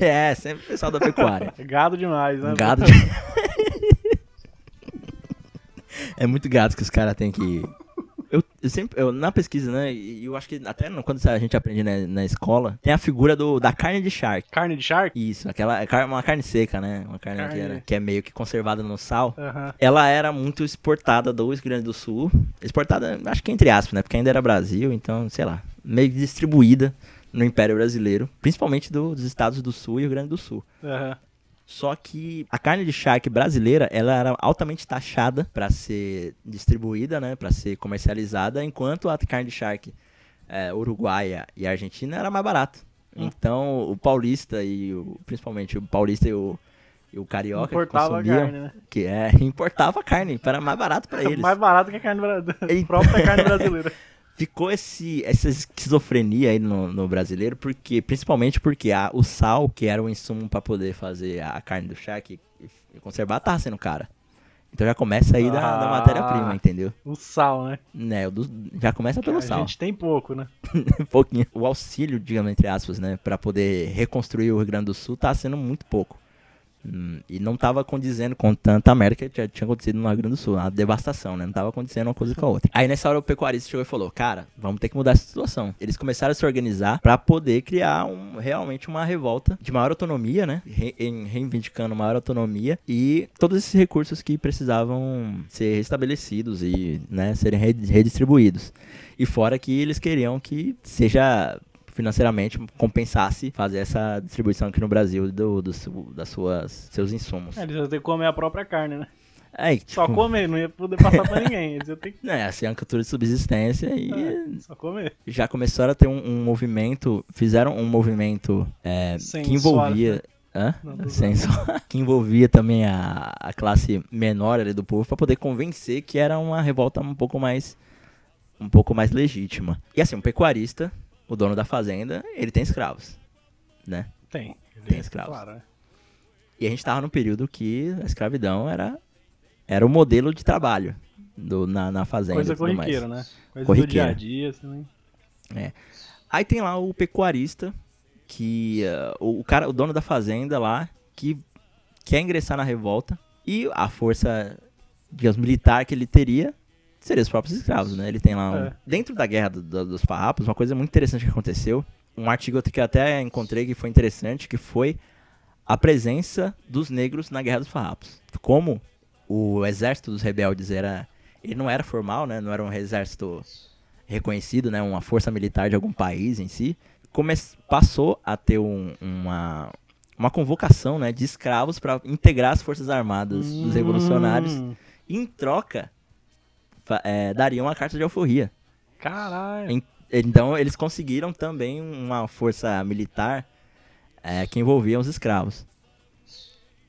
A: é, sempre o pessoal da
B: <laughs>
A: pecuária.
B: É
A: Um
B: Gado demais, né?
A: Gado de... <laughs> É muito gato que os caras têm que. Eu, eu sempre, eu, na pesquisa, né, e eu acho que até no- quando a gente aprende na, na escola, tem a figura do, da carne de shark.
B: Carne de shark?
A: Isso, aquela, é car- uma carne seca, né, uma carne,
B: Carne.
A: Que, era- que é meio que conservada no sal.
B: Aham.
A: ela era muito exportada do Rio Grande do Sul. Exportada, acho que entre aspas, né? Porque ainda era Brasil, então, sei lá. Meio que distribuída no Império Brasileiro, principalmente do- dos estados do Sul e Rio Grande do Sul.
B: Aham.
A: Só que a carne de charque brasileira, ela era altamente taxada para ser distribuída, né, para ser comercializada, enquanto a carne de charque eh, uruguaia e argentina era mais barata.
B: Ah.
A: Então, o paulista e o, principalmente o paulista e o, e o carioca
B: Importava
A: que consumiam,
B: carne, né?
A: que é, importava carne, era mais barato para eles.
B: Mais barato que a carne brasileira. <laughs>
A: Eita.
B: própria carne brasileira.
A: Ficou esse, essa esquizofrenia aí no, no brasileiro, porque principalmente porque a- o sal, que era o insumo pra poder fazer a carne do charque e conservar, tava sendo cara. Então já começa aí da, da
B: Ah.
A: matéria-prima, entendeu?
B: O sal, né?
A: Né, o do- já começa pelo
B: a
A: sal,
B: gente tem pouco, né?
A: <laughs> um pouquinho. O auxílio, digamos, entre aspas, né, Pra poder reconstruir o Rio Grande do Sul tá sendo muito pouco. Hum, e não tava condizendo com tanta América que já tinha acontecido no Rio Grande do Sul, a devastação, né? Não tava acontecendo uma coisa com a outra. Aí nessa hora o pecuarista chegou e falou: Cara, vamos ter que mudar essa situação. Eles começaram a se organizar pra poder criar um- realmente uma revolta de maior autonomia, né? Re- em- reivindicando maior autonomia e todos esses recursos que precisavam ser restabelecidos e né, serem re- redistribuídos. E fora que eles queriam que seja financeiramente compensasse fazer essa distribuição aqui no Brasil do, do su- das suas seus insumos.
B: É, Eles iam ter que comer a própria carne, né?
A: É, e,
B: Só
A: <laughs> tipo,
B: comer, não ia poder passar pra ninguém. Eles iam ter que.
A: né, assim, é uma cultura de subsistência e
B: Só comer.
A: já começaram a ter um, um movimento, fizeram um movimento é,
B: Sem
A: que envolvia Hã?
B: né? Não, tô
A: Sem suor. <laughs> que envolvia também a, a classe menor ali do povo pra poder convencer que era uma revolta um pouco mais um pouco mais legítima. E assim, um pecuarista, o dono da fazenda, ele tem escravos, né?
B: Tem.
A: Tem escravos.
B: Claro, né?
A: E a gente tava num período que a escravidão era, era o modelo de trabalho do- na, na fazenda. e
B: Coisa
A: tudo mais.
B: corriqueira, né? Coisa do dia
A: Corriqueira.
B: a dia, assim. né?
A: Aí tem lá o pecuarista, eh, que ah, o, o cara, o dono da fazenda lá, que quer ingressar na revolta. E a força, digamos, militar que ele teria seria os próprios escravos, né? Ele tem lá. um-
B: É.
A: Dentro da guerra do- do- dos farrapos, uma coisa muito interessante que aconteceu. Um artigo que eu até encontrei que foi interessante, que foi a presença dos negros na Guerra dos Farrapos. Como o exército dos rebeldes era. Ele não era formal, né? Não era um exército reconhecido, né? Uma força militar de algum país em si. Come passou a ter um- uma, uma convocação né, de escravos para integrar as forças armadas dos revolucionários.
B: Hum,
A: E, em troca, fa- é, dariam uma carta de alforria.
B: Caralho.
A: Em- Então eles conseguiram também uma força militar é, que envolvia os escravos.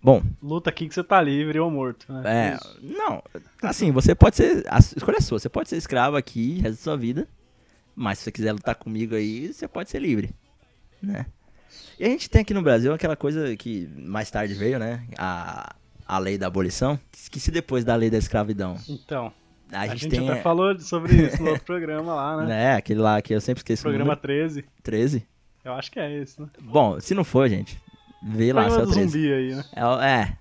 A: Bom,
B: Luta aqui que você tá livre ou morto, né?
A: é, não, assim, você pode ser, a escolha é sua, você pode ser escravo aqui o resto da sua vida, mas se você quiser lutar comigo aí, você pode ser livre, né? E a gente tem aqui no Brasil aquela coisa que mais tarde veio, né, a, a lei da abolição, que se depois da lei da escravidão,
B: Então,
A: a,
B: a,
A: gente,
B: gente,
A: tem, é,
B: até falou sobre isso no outro <laughs> programa lá, né?
A: né, aquele lá que eu sempre esqueço, o
B: programa
A: número
B: 13.
A: 13,
B: Eu acho que é esse, né?
A: Bom, se não for, gente, vê lá,
B: programa
A: seu
B: do
A: 13.
B: zumbi aí, né?
A: É. o- é.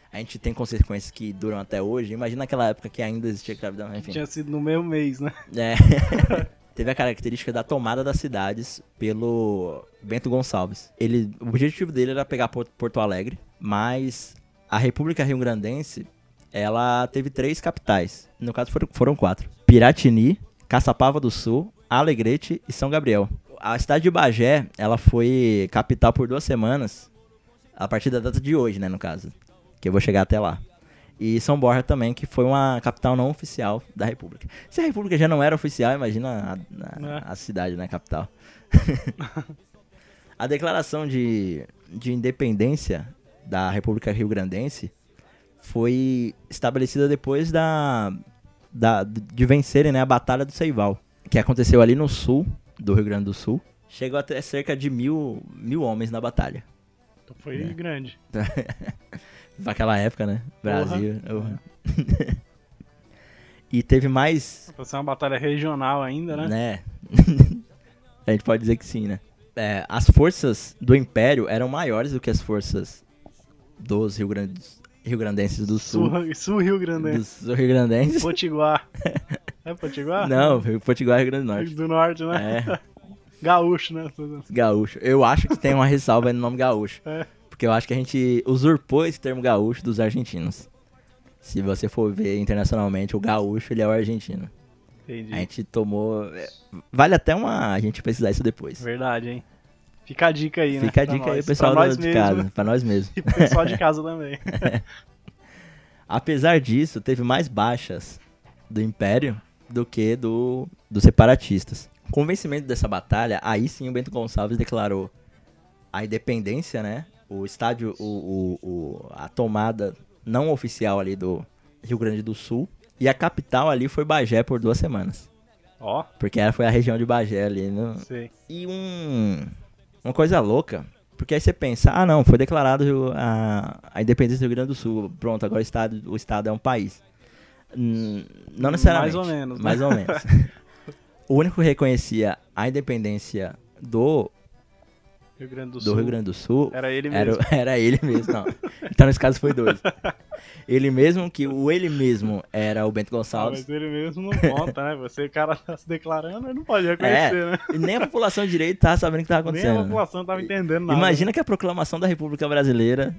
A: <laughs> a gente tem consequências que duram até hoje. Imagina aquela época que ainda existia escravidão, enfim.
B: Tinha sido no mesmo
A: <laughs>
B: mês, né?
A: É. Teve a característica da tomada das cidades pelo Bento Gonçalves. Ele, o objetivo dele era pegar Por- Porto Alegre, mas a República Rio Grandense, ela teve três capitais. No caso foram, foram quatro: Piratini, Caçapava do Sul, Alegrete e São Gabriel. A cidade de Bagé, ela foi capital por duas semanas, a partir da data de hoje, né, no caso, que eu vou chegar até lá. E São Borja também, que foi uma capital não oficial da República. Se a República já não era oficial, imagina a, a-
B: É.
A: a cidade, né, capital. a declaração de, de independência da República Rio Grandense foi estabelecida depois da, da- de vencerem né, a Batalha do Seival, que aconteceu ali no sul do Rio Grande do Sul. Chegou até cerca de mil, mil homens na batalha.
B: Então Foi
A: É.
B: grande.
A: <laughs> Naquela época, né?
B: Porra. É.
A: Brasil. porra. <laughs> e teve mais
B: Pra ser uma batalha regional ainda, né?
A: Né? <laughs> a gente pode dizer que sim, né? É, as forças do Império eram maiores do que as forças dos Rio, Grandes, Rio Grandenses do Sul.
B: Sul, Sul Rio Grande.
A: Dos Rio Grandenses. <laughs>
B: Potiguar. É Potiguar?
A: Não, Rio- Potiguar é Rio Grande do Norte.
B: Do norte, né?
A: É,
B: Gaúcho, né?
A: gaúcho. Eu acho que tem uma ressalva aí no nome gaúcho.
B: É.
A: Porque eu acho que a gente usurpou esse termo gaúcho dos argentinos. Se você for ver internacionalmente, o gaúcho ele é o argentino. A
B: Entendi.
A: gente tomou. é, Vale até uma. A gente pesquisar isso depois.
B: Verdade, hein? Fica a dica aí, né?
A: Fica a
B: Pra
A: dica aí,
B: nós.
A: pessoal
B: Pra
A: da-
B: nós
A: de
B: mesmo,
A: casa,
B: né?
A: pra nós mesmos.
B: <laughs> E pro
A: <laughs>
B: pessoal de casa também.
A: Apesar disso, teve mais baixas do Império do que do, dos separatistas. Com o vencimento dessa batalha, aí sim o Bento Gonçalves declarou a independência, né? O estádio, o, o- o- a tomada não oficial ali do Rio Grande do Sul. E a capital ali foi Bagé por duas semanas.
B: Ó,
A: Porque ela foi a região de Bagé ali no,
B: sei.
A: E um. Uma coisa louca. Porque aí você pensa, ah não, foi declarado a, a independência do Rio Grande do Sul. Pronto, agora o Estado, o estado é um país. Hum, Não necessariamente.
B: Mais ou menos, né?
A: Mais ou
B: <laughs>
A: menos. o único que reconhecia a independência do,
B: Rio Grande do,
A: do
B: Sul.
A: Rio Grande do Sul
B: Era ele
A: era,
B: mesmo.
A: <laughs> era ele mesmo, não. Então nesse caso foi
B: <laughs>
A: dois. Ele mesmo, que o ele mesmo era o Bento
B: Ah,
A: Gonçalves.
B: mas ele mesmo não conta, né? Você, o cara tá se declarando, ele não pode reconhecer, né?
A: É, E nem a população direito tava sabendo o que tava
B: Nem a
A: Tá acontecendo. né?
B: população tava entendendo nada.
A: Imagina que a proclamação da República Brasileira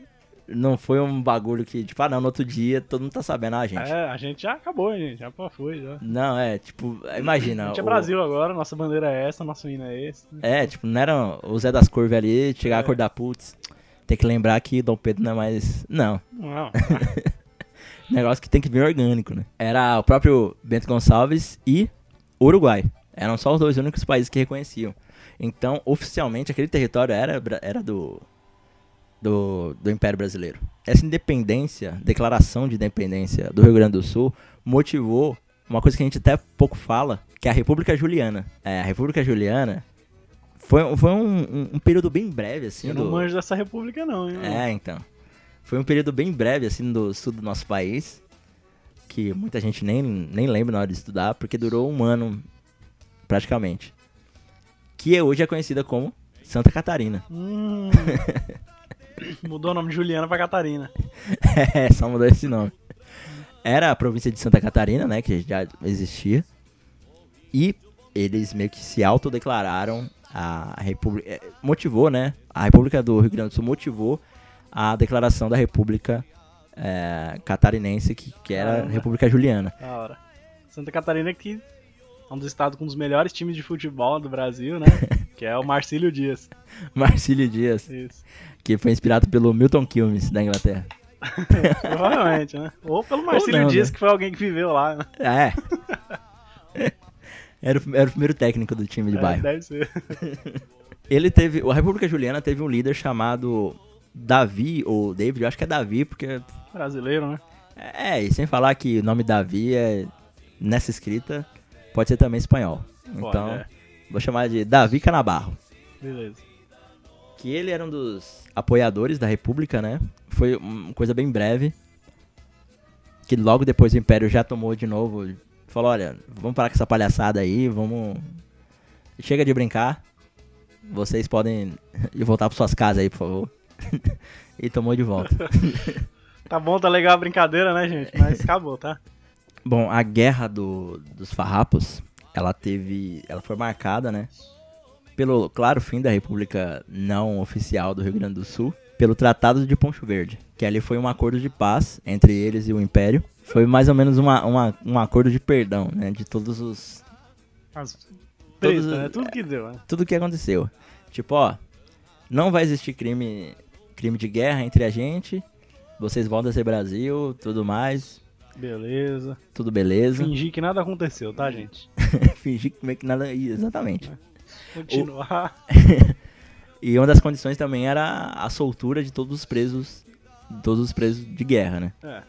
A: não foi um bagulho que, tipo, ah, não, no outro dia todo mundo tá sabendo, ah, gente.
B: É, a gente já acabou, gente. Já pô, foi, já.
A: Não, é, tipo, imagina.
B: A gente é
A: o-
B: Brasil agora, nossa bandeira é essa, nosso hino é esse.
A: É, tipo, não era o Zé das Curvas ali, chegar a
B: É.
A: acordar, putz, tem que lembrar que Dom Pedro não é mais. Não,
B: Não,
A: negócio que tem que vir orgânico, né? Era o próprio Bento Gonçalves e Uruguai. Eram só os dois únicos países que reconheciam. Então, oficialmente, aquele território era, bra- era do, do, do Império Brasileiro. Essa independência, declaração de independência do Rio Grande do Sul, motivou uma coisa que a gente até pouco fala, que é a República Juliana. É, a República Juliana foi, um- foi um, um- um período bem breve, assim.
B: eu não
A: do-
B: manjo dessa república, não, hein? mano?
A: é, então. Foi um período bem breve, assim, do sul do nosso país, que muita gente nem, nem lembra na hora de estudar, porque durou um ano, praticamente. <laughs> Que é- hoje é conhecida como Santa Catarina.
B: Hum, Mudou o nome de Juliana pra Catarina.
A: <laughs> É, só mudou esse nome. Era a província de Santa Catarina, né? Que já existia. E eles meio que se autodeclararam a República. eh, Motivou, né? A República do Rio Grande do Sul motivou a declaração da República eh, Catarinense, que, que era a
B: Caramba.
A: República Juliana. <laughs>
B: Da hora. Santa Catarina que é um dos estados com um dos melhores times de futebol do
A: <laughs>
B: Brasil, né? que é o Marcílio Dias.
A: Marcílio Dias, <laughs>
B: Isso.
A: que foi inspirado pelo Milton Kilmes, da Inglaterra.
B: Provavelmente, né? Ou pelo Marcílio
A: não,
B: Dias,
A: né?
B: que foi alguém que viveu lá. Né?
A: É. <laughs> Era o, era o primeiro técnico do time de
B: É,
A: bairro.
B: deve ser.
A: Ele teve. A República Juliana teve um líder chamado Davi, ou David, eu acho que é Davi, porque.
B: Brasileiro, né?
A: É, e sem falar que o nome Davi é. Nessa escrita, pode ser também espanhol.
B: Pode,
A: Então,
B: é.
A: vou chamar de Davi Canabarro.
B: Beleza.
A: Que ele era um dos apoiadores da República, né? Foi uma coisa bem breve. Que logo depois o Império já tomou de novo. Falou: olha, vamos parar com essa palhaçada aí, vamos. Chega de brincar. Vocês podem <laughs> ir voltar para suas casas aí, por favor. <laughs> e tomou de volta.
B: Tá bom, tá legal a brincadeira, né, gente? Mas acabou, tá?
A: Bom, a guerra do- dos farrapos, ela teve. Ela foi marcada, né? Pelo claro fim da República não oficial do Rio Grande do Sul, pelo Tratado de Poncho Verde, que ali foi um acordo de paz entre eles e o Império. Foi mais ou menos uma, uma- um acordo de perdão, né? De todos os.
B: As
A: Todos-
B: treta, né? Tudo que deu, né?
A: Tudo que aconteceu. Tipo, ó, não vai existir crime, crime de guerra entre a gente. Vocês voltam a ser Brasil, tudo mais,
B: Beleza.
A: tudo beleza.
B: Fingir que nada aconteceu, tá, gente?
A: <laughs> Fingir que meio que nada. Exatamente.
B: Continuar.
A: E uma das condições também era a soltura de todos os presos, todos os presos de guerra, né?
B: É.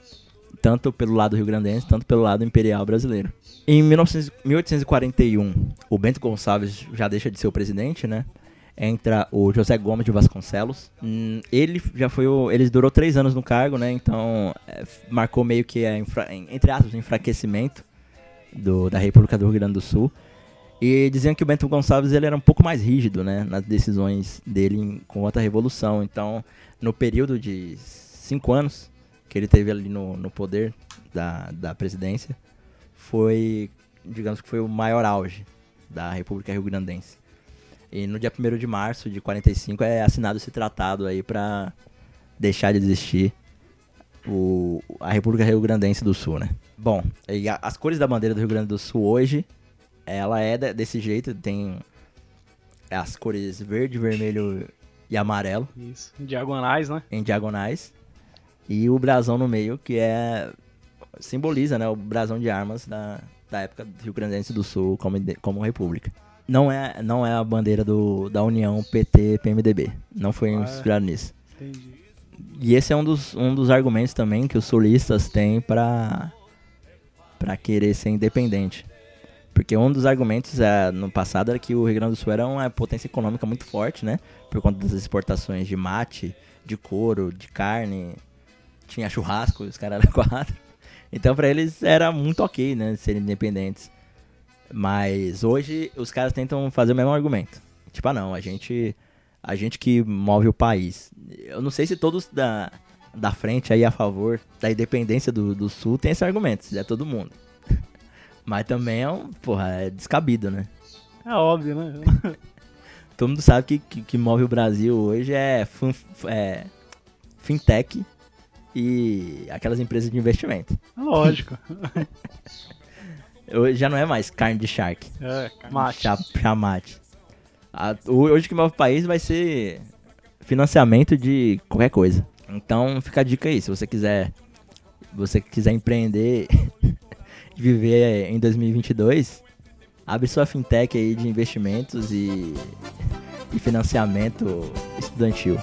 A: Tanto pelo lado rio-grandense, tanto pelo lado imperial brasileiro. Em 1900 1841, o Bento Gonçalves já deixa de ser o presidente, né? Entra o José Gomes de Vasconcelos. Hum, Ele já foi o. Ele durou três anos no cargo, né? Então é, f- marcou meio que a infra- entre aspas, o enfraquecimento do- da República do Rio Grande do Sul. E diziam que o Bento Gonçalves ele era um pouco mais rígido, né, nas decisões dele em- quanto à revolução. Então, no período de cinco anos que ele teve ali no, no poder da, da presidência, foi, digamos que foi o maior auge da República Rio Grandense. E no dia 1 de março de 45 é assinado esse tratado aí para deixar de existir o, a República Rio Grandense do Sul, né? Bom, e a- as cores da bandeira do Rio Grande do Sul hoje ela é de- desse jeito, tem as cores verde, vermelho e amarelo
B: Isso. Diagonais, né?
A: em diagonais. E o brasão no meio, que é. simboliza né, o brasão de armas da, da época do Rio Grandense do Sul como, ide- como república. Não é, não é a bandeira do, da União PT-PMDB. Não foi
B: Ah, é.
A: inspirado nisso.
B: Entendi.
A: E esse é um dos, um dos argumentos também que os sulistas têm pra para querer ser independente. Porque um dos argumentos eh, no passado era que o Rio Grande do Sul era uma potência econômica muito forte, né? Por conta das exportações de mate, de couro, de carne, tinha churrasco, os caras eram <laughs> quatro. Então pra eles era muito ok, né, serem independentes. Mas hoje os caras tentam fazer o mesmo argumento. Tipo, ah não, a gente a gente que move o país. Eu não sei se todos da, da frente aí a favor da independência do, do Sul tem esse argumento, se é todo mundo. <laughs> Mas também é um, porra, é descabido, né?
B: É óbvio, né?
A: Todo mundo sabe que, que, que move o Brasil hoje é, fun- é fintech e aquelas empresas de investimento.
B: É Lógico.
A: Hoje já não é mais carne de shark,
B: <laughs> É, cara. Mate.
A: cha- chamate. A- o- hoje que move o país vai ser financiamento de qualquer coisa. Então fica a dica aí, se você quiser, você quiser empreender <laughs> e viver em 2022, abre sua fintech aí de investimentos e, e financiamento estudantil.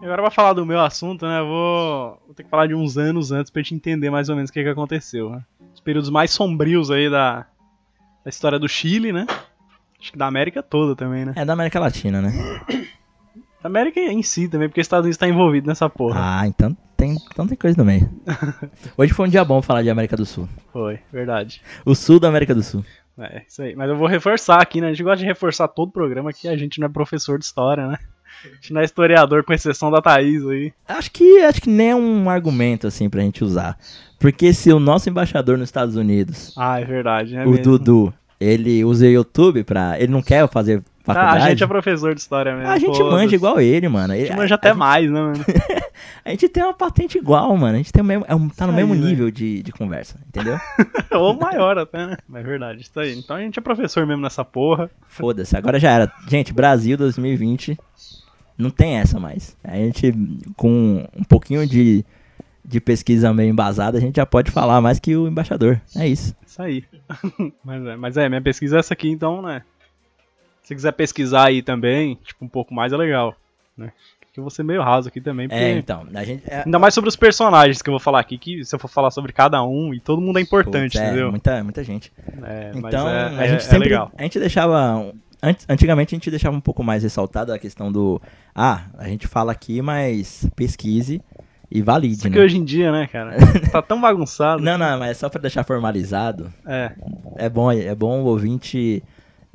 B: E Agora pra falar do meu assunto, né? eu Vou, vou ter que falar de uns anos antes pra gente entender mais ou menos o que, que aconteceu, né? Os períodos mais sombrios aí da, da história do Chile, né? Acho que da América toda também, né?
A: É da América Latina, né?
B: América em si também, porque os Estados Unidos tá envolvido nessa porra.
A: Ah, então tem tanta coisa no meio. Hoje foi um dia bom falar de América do Sul.
B: Foi, verdade.
A: O sul da América do Sul.
B: É, isso aí. Mas eu vou reforçar aqui, né? A gente gosta de reforçar todo o programa que a gente não é professor de história, né? A gente não é historiador, com exceção da Thaís aí.
A: Acho que, acho que nem é um argumento assim pra gente usar. Porque se o nosso embaixador nos Estados Unidos,
B: Ah, é verdade, né?
A: o
B: mesmo?
A: Dudu, ele usa o YouTube pra. Ele não quer fazer
B: Tá,
A: faculdade. Ah,
B: a gente é professor de história mesmo.
A: a gente
B: foda-se.
A: manja igual ele, mano.
B: A
A: Ele,
B: gente manja até mais, né, mano? <laughs>
A: a gente tem uma patente igual, mano. A gente tem o mesmo, é um- tá no
B: Isso
A: mesmo
B: aí, né?
A: nível de, de conversa, entendeu?
B: Ou maior até, né? Mas é verdade, isso aí. Então a gente é professor mesmo nessa porra.
A: Foda-se, agora já era. Gente, Brasil 2020 não tem essa mais. A gente, com um pouquinho de, de pesquisa meio embasada, a gente já pode falar mais que o embaixador. É isso.
B: Isso aí. <laughs> mas, é, mas é, minha pesquisa é essa aqui, então, né? Se quiser pesquisar aí também, tipo, um pouco mais é legal, né? Porque eu vou ser meio raso aqui também, porque...
A: É, então, a gente... É,
B: Ainda mais sobre os personagens que eu vou falar aqui, que se eu for falar sobre cada um, e todo mundo é importante,
A: putz, é,
B: entendeu?
A: muita, muita gente.
B: É, mas
A: Então,
B: é,
A: a
B: é-
A: gente
B: é
A: sempre.
B: legal.
A: A gente deixava. um- ant- antigamente a gente deixava um pouco mais ressaltada a questão do. Ah, a gente fala aqui, mas pesquise e valide,
B: Só que
A: né?
B: hoje em dia, né,
A: <laughs>
B: cara? Tá tão bagunçado.
A: Não, não, mas só pra deixar formalizado.
B: É.
A: É bom, é bom o ouvinte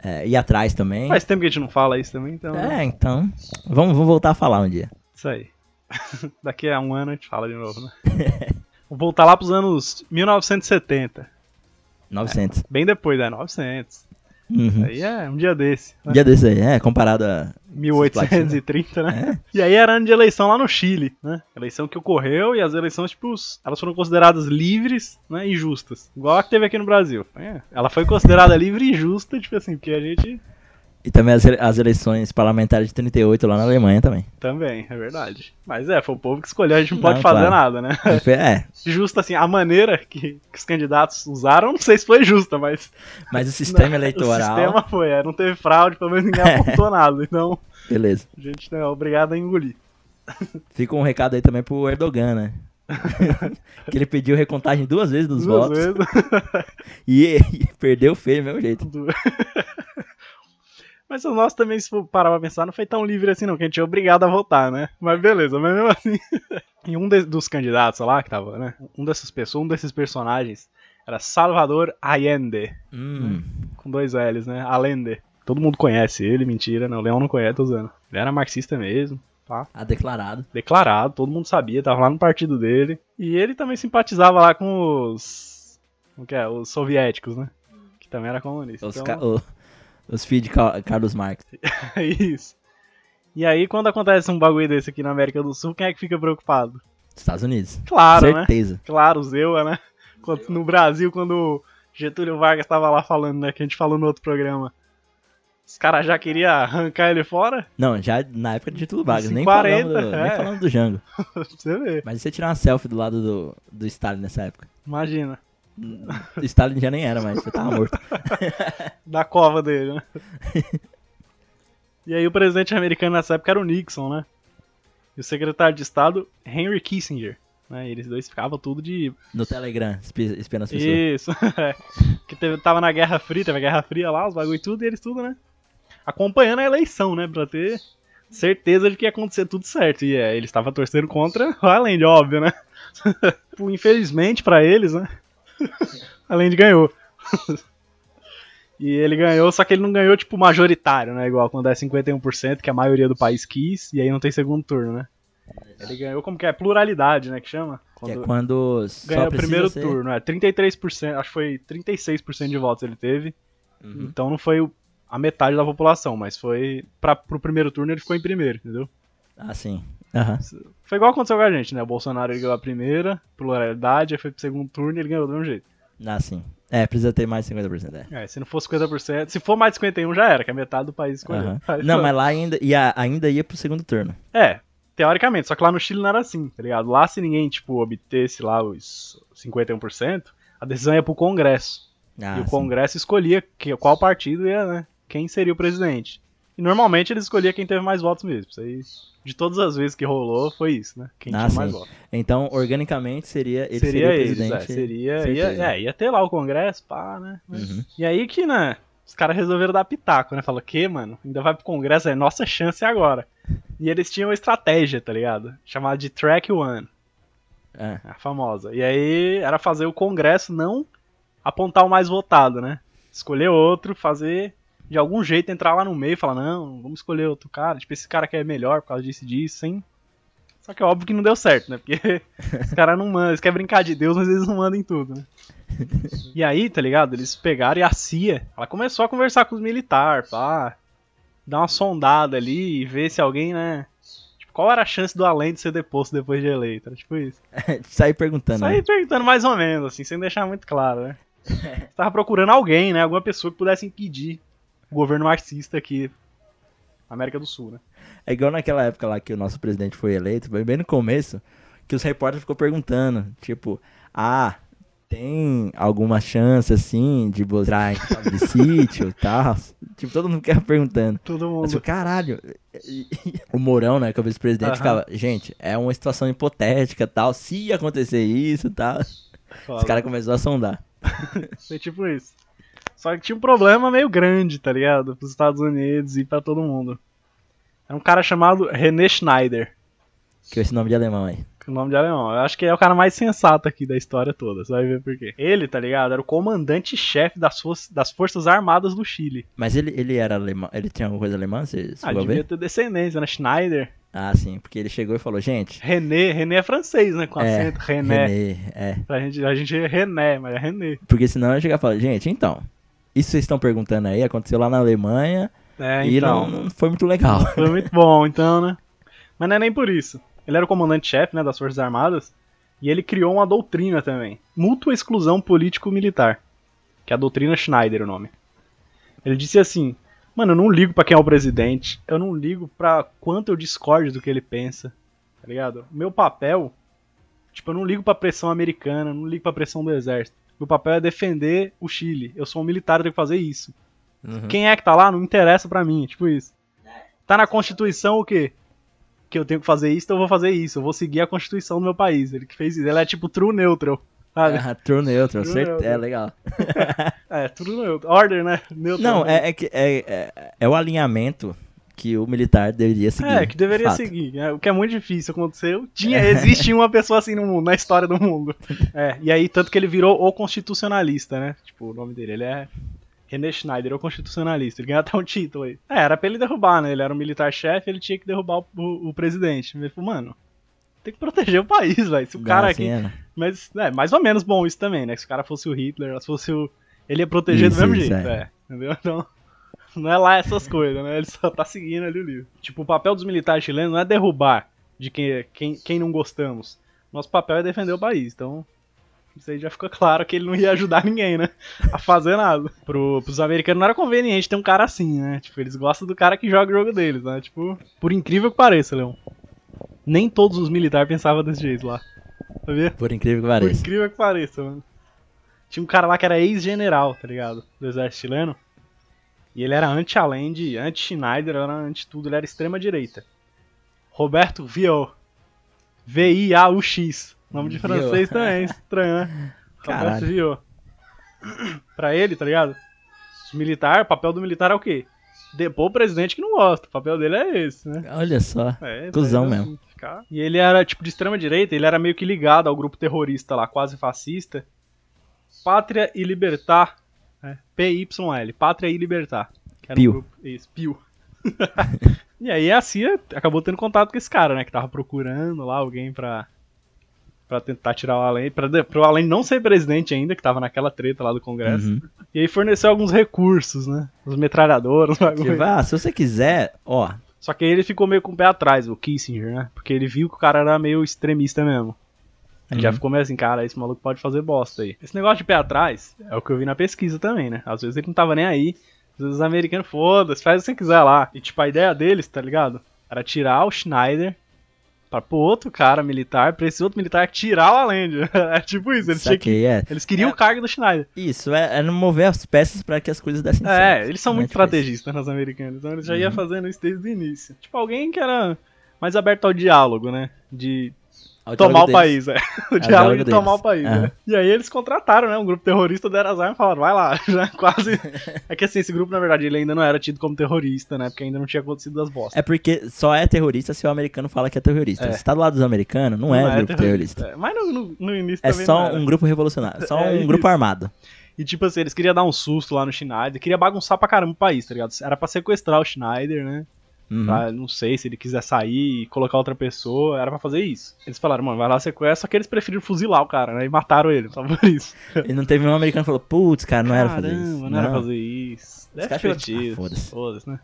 A: é, ir atrás também.
B: Faz tempo que a gente não fala isso também, então. né? É.
A: É, então. Vamos, vamos voltar a falar um dia.
B: Isso aí. <laughs> Daqui a um ano a gente fala de novo, né? Vou voltar lá pros anos 1970.
A: 900.
B: Bem depois, é 900.
A: Uhum.
B: Aí é um dia desse.
A: Um
B: Né?
A: dia desse aí, é, comparado a.
B: 1830, né?
A: É.
B: E aí era ano de eleição lá no Chile, né? Eleição que ocorreu e as eleições, tipo, os- elas foram consideradas livres né, e justas. Igual a que teve aqui no Brasil. É, Ela foi considerada livre e justa, tipo assim, porque a gente
A: E também as, ele- as eleições parlamentares de 38 lá na Alemanha
B: <laughs>
A: também.
B: também, é verdade. Mas é, foi o povo que escolheu, a gente não pode
A: Não,
B: fazer
A: claro.
B: nada, né?
A: E foi- É,
B: Justa, assim, a maneira que, que os candidatos usaram, não sei se foi justa, mas
A: mas o sistema
B: <laughs> o
A: eleitoral. É.
B: sistema foi, é, não teve fraude,
A: <laughs>
B: pelo menos ninguém apontou nada, então
A: Beleza.
B: a gente né, é obrigado a engolir.
A: Fica um recado aí também pro Erdogan,
B: <laughs>
A: né? que ele pediu recontagem duas vezes dos
B: Duas
A: votos
B: vezes.
A: e, e <laughs> perdeu feio do mesmo jeito.
B: Do- <laughs> Mas o nosso também, se for parar pra pensar, não foi tão livre assim, não, que a gente é obrigado a votar, né? Mas beleza, mas mesmo assim. <laughs> e um de- dos candidatos lá que tava, né? Um dessas pessoas, um desses personagens era Salvador Allende,
A: Hum,
B: com dois L's, né? Allende. Todo mundo conhece ele, mentira, não. O Leão não conhece, tô usando. Ele era marxista mesmo, tá?
A: tá declarado.
B: Declarado, todo mundo sabia, tava lá no partido dele. E ele também simpatizava lá com os. Como que é? Os soviéticos, né? Que também era comunista.
A: Os,
B: Então-
A: ca- o- os filhos de Ca- Carlos Marx.
B: <laughs> É isso. E aí, quando acontece um bagulho desse aqui na América do Sul, quem é que fica preocupado?
A: Estados Unidos.
B: Claro, né?
A: Certeza.
B: Claro, o Zewa, né? Quando- no Brasil, quando Getúlio Vargas tava lá falando, né? Que a gente falou no outro programa. Os caras já queriam arrancar ele fora? <laughs>
A: Não, já na época de título Vargas.
B: Sim,
A: Nem,
B: 40,
A: falando do,
B: é.
A: nem falando do Django.
B: pra você ver.
A: Mas e você tirar uma selfie do lado do, do Stalin nessa época?
B: Imagina.
A: O Stalin já nem era, mas você tava
B: <laughs>
A: morto.
B: Da cova dele, né? e aí, o presidente americano nessa época era o Nixon, né? E o secretário de Estado, Henry Kissinger. Né? E eles dois ficavam tudo de
A: No Telegram, espi- espiando as pessoas.
B: Isso. <laughs> é. que teve, tava na Guerra Fria, teve a Guerra Fria lá, os bagulho e tudo, e eles tudo, né? Acompanhando a eleição, né? Pra ter certeza de que ia acontecer tudo certo. E é, eles estavam torcendo contra o Allende, óbvio, né? <laughs> Tipo, Infelizmente pra eles, né? <laughs> Além de ganhou. <laughs> E ele ganhou, só que ele não ganhou, tipo, majoritário, né? Igual quando é 51%, que a maioria do país quis, e aí não tem segundo turno, né? Ele ganhou como que é? Pluralidade, né? Que chama?
A: Que é
B: Quando-
A: quando só
B: ganhou o
A: precisa
B: primeiro
A: ser-
B: turno, é 33%, acho que foi 36% de votos ele teve.
A: Uhum.
B: Então não foi o- a metade da população, mas foi para pro primeiro turno ele ficou em primeiro, entendeu?
A: Ah, sim. Aham.
B: Foi igual aconteceu com a gente, né? O Bolsonaro ele ganhou a primeira, pluralidade, aí foi pro segundo turno e ele ganhou do mesmo jeito.
A: Ah, sim. É, precisa ter mais de 50%. É.
B: É, se não for 50%, se for mais de 51 já era, que é metade do país escolheu.
A: Aham.
B: Aí
A: Não,
B: foi-
A: mas lá ainda ia, ainda ia pro segundo turno.
B: É, teoricamente, só que lá no Chile não era assim, tá ligado? Lá se ninguém, tipo, obtesse lá os 51%, a decisão ia pro Congresso.
A: Ah,
B: e o
A: sim.
B: Congresso escolhia que- qual partido ia, né? Quem seria o presidente. E normalmente eles escolhiam quem teve mais votos mesmo. Isso aí, de todas as vezes que rolou, foi isso, né? Quem
A: Ah,
B: tinha mais
A: sim.
B: votos.
A: Então, organicamente, seria ele seria,
B: seria
A: o
B: eles,
A: presidente.
B: é, seria.
A: certeza.
B: Ia, é, ia ter lá o Congresso, pá, né?
A: Uhum.
B: E aí que, né? Os caras resolveram dar pitaco, né? Falou, que, mano? Ainda vai pro Congresso, é nossa chance agora. E eles tinham uma estratégia, tá ligado? Chamada de Track One,
A: <laughs> É.
B: a famosa. E aí era fazer o Congresso não apontar o mais votado, né? Escolher outro, fazer de algum jeito entrar lá no meio e falar, não, vamos escolher outro cara. Tipo, esse cara que é melhor por causa disso e disso, hein? Só que é óbvio que não deu certo, né? Porque os caras não mandam, eles querem brincar de Deus, mas eles não mandam em tudo, né? E aí, tá ligado? Eles pegaram e a CIA, ela começou a conversar com os militares, pá. Dar uma sondada ali e ver se alguém, né? Tipo, qual era a chance do além de ser deposto depois de eleito? Era tipo isso.
A: Sair perguntando.
B: Só aí
A: né?
B: perguntando mais ou menos, assim, sem deixar muito claro,
A: <laughs>
B: né? Você tava procurando alguém, né? Alguma pessoa que pudesse impedir o governo marxista aqui na América do Sul, né?
A: É igual naquela época lá que o nosso presidente foi eleito, foi bem no começo, que os repórteres ficou perguntando, tipo, ah, tem alguma chance assim de mostrar em estado
B: <laughs>
A: de sítio e tal? Tipo, todo mundo ficava perguntando.
B: Todo
A: Eu
B: mundo.
A: falei, caralho. <laughs> E- e- O Mourão, né, que é o vice-presidente,
B: Aham.
A: ficava, gente, é uma situação hipotética tal, se acontecer isso e tal. Os
B: foda.
A: caras começaram a sondar.
B: Foi tipo isso. Só que tinha um problema meio grande, tá ligado? Pros Estados Unidos e pra todo mundo. É um cara chamado René Schneider,
A: Que é esse nome de alemão aí.
B: que é o nome de alemão. Eu acho que é o cara mais sensato aqui da história toda, você vai ver por quê. Ele, tá ligado? Era o comandante-chefe das, for- das Forças Armadas do Chile.
A: Mas ele, ele era alemão, ele tinha alguma coisa alemã, você
B: Ah,
A: chegou a ver?
B: devia ter descendência, né? Schneider.
A: Ah, sim, porque ele chegou e falou, gente,
B: René, René é francês, né? Com
A: É,
B: acento, René.
A: René, é,
B: Pra gente, a gente é René, mas é René.
A: Porque senão eu ia chegar e falar, gente, então, isso que vocês estão perguntando aí aconteceu lá na Alemanha
B: É,
A: e
B: então.
A: não, não foi muito
B: <laughs>
A: legal.
B: Foi muito bom, então, né? Mas não é nem por isso. Ele era o comandante-chefe né, das Forças Armadas e ele criou uma doutrina também. Mútua exclusão político-militar. Que é a doutrina Schneider, o nome. Ele disse assim: Mano, eu não ligo pra quem é o presidente. Eu não ligo pra quanto eu discorde do que ele pensa. Tá ligado? O meu papel. Tipo, eu não ligo pra pressão americana, eu não ligo pra pressão do exército. Meu papel é defender o Chile. Eu sou um militar, eu tenho que fazer isso.
A: Uhum.
B: Quem é que tá lá não interessa pra mim, tipo isso. Tá na Constituição o quê? Que eu tenho que fazer isso, então eu vou fazer isso. Eu vou seguir a Constituição do meu país. Ele que fez isso. Ele é tipo true neutral. Sabe?
A: Ah, true neutral,
B: True
A: certo?
B: neutral.
A: É legal.
B: É, true neutral. Order, né? Neutral.
A: Não, é, é que é, é, é o alinhamento que o militar deveria seguir.
B: É, que deveria
A: fato. É.
B: seguir. né? o que é muito difícil aconteceu. Tinha, existe uma pessoa assim no mundo, na história do
A: <laughs>
B: mundo. É, e aí, tanto que ele virou o constitucionalista, né? Tipo, o nome dele, ele é René Schneider, o constitucionalista. Ele ganhou até um título aí. É, era pra ele derrubar, né? Ele era um militar-chefe, ele tinha que derrubar o, o- o presidente. Ele falou, mano, tem que proteger o país, velho. Se o
A: Não,
B: cara
A: assim,
B: aqui.
A: é, né?
B: Mas é mais ou menos bom isso também, né? Que se o cara fosse o Hitler, se fosse o. Ele ia proteger
A: Isso,
B: do mesmo
A: isso,
B: jeito.
A: é.
B: É. Entendeu? Então. <laughs> Não é lá essas coisas, né? Ele só tá seguindo ali o livro. Tipo, o papel dos militares chilenos não é derrubar de quem, quem, quem não gostamos. Nosso papel é defender o país. Então, isso aí já ficou claro que ele não ia ajudar <laughs> ninguém, né? A fazer nada. Pro, pros americanos não era conveniente ter um cara assim, né? Tipo, eles gostam do cara que joga o jogo deles, né? Tipo, por incrível que pareça, Leon. Nem todos os militares pensavam desse jeito lá. Sabia?
A: Por incrível que
B: Por
A: pareça.
B: incrível que pareça, mano. Tinha um cara lá que era ex-general, tá ligado? Do exército chileno. E ele era anti-além de anti-Schneider, era anti-tudo, ele era extrema-direita. Roberto Viau. V-I-A-U-X. Nome de
A: Viau. <laughs>
B: francês também, estranho, né? Roberto
A: Caralho.
B: Viau. pra ele, tá ligado? Os militar, o papel do militar é o quê? Depor o presidente que não gosta. O papel dele é esse, né?
A: Olha só.
B: É,
A: Cusão
B: velho,
A: mesmo.
B: assim, cara. E ele era, tipo, de extrema direita, ele era meio que ligado ao grupo terrorista lá, quase fascista. Pátria e Libertar. Né? PYL, Pátria e Libertar. Que era
A: Pio.
B: Um grupo, isso, Pio. <laughs> e aí a CIA acabou tendo contato com esse cara, né? Que tava procurando lá alguém pra. Pra tentar tirar o Allen, pra, de- pro Allen não ser presidente ainda, que tava naquela treta lá do Congresso.
A: Uhum.
B: E aí forneceu alguns recursos, né? Os metralhadoras, bagulho.
A: Tipo, ah, se você quiser, ó,
B: Só que aí ele ficou meio com o pé atrás, o Kissinger, né? Porque ele viu que o cara era meio extremista mesmo. Ele já
A: Uhum.
B: ficou meio assim, cara, esse maluco pode fazer bosta aí. Esse negócio de pé atrás é o que eu vi na pesquisa também, né? Às vezes ele não tava nem aí. Às vezes os americanos, foda-se, faz o que você quiser lá. E tipo, a ideia deles, tá ligado? Era tirar o Schneider pra pôr outro cara militar, pra esse outro militar tirar o Allende. <laughs> É tipo isso, eles, tinham que-
A: saquei, é.
B: eles queriam
A: É.
B: o cargo do Schneider.
A: Isso, é, é não mover as peças pra que as coisas dessem certo.
B: É, eles são
A: né?
B: muito
A: Tipo
B: estrategistas nas americanas, então eles já iam
A: Uhum.
B: fazendo isso desde o início. Tipo, alguém que era mais aberto ao diálogo, né? De
A: Ao
B: tomar
A: diálogo
B: o
A: deles.
B: país,
A: <laughs>
B: é. O diálogo
A: diálogo
B: de
A: deles.
B: tomar o país,
A: Aham.
B: né? E aí eles contrataram, né? Um grupo terrorista do Erasmus e falaram, vai lá, <laughs> já
A: <laughs>
B: quase. É que assim, esse grupo, na verdade, ele ainda não era tido como terrorista, né? Porque ainda não tinha acontecido as bostas.
A: É porque só é terrorista se o americano fala que é terrorista.
B: É.
A: Se tá do lado dos americanos, não é grupo terrorista.
B: É, Mas no, no- no início
A: É
B: também não
A: só
B: era.
A: um grupo revolucionário, só
B: É
A: um
B: isso.
A: grupo armado.
B: E tipo assim, eles queriam dar um susto lá no Schneider, queria bagunçar pra caramba o país, tá ligado? Era pra sequestrar o Schneider, né?
A: Uhum.
B: Pra, não sei se ele quiser sair e colocar outra pessoa, era pra fazer isso. Eles falaram, mano, vai lá sequestra, só que eles preferiram fuzilar o cara, né? E mataram ele, só por isso.
A: E não teve nenhum americano que falou, putz, cara, Ah, não era fazer isso.
B: Caramba, não, era fazer isso. Deve
A: caras
B: ter
A: chegou-
B: tido.
A: Ah, foda-se.
B: Foda-se, né?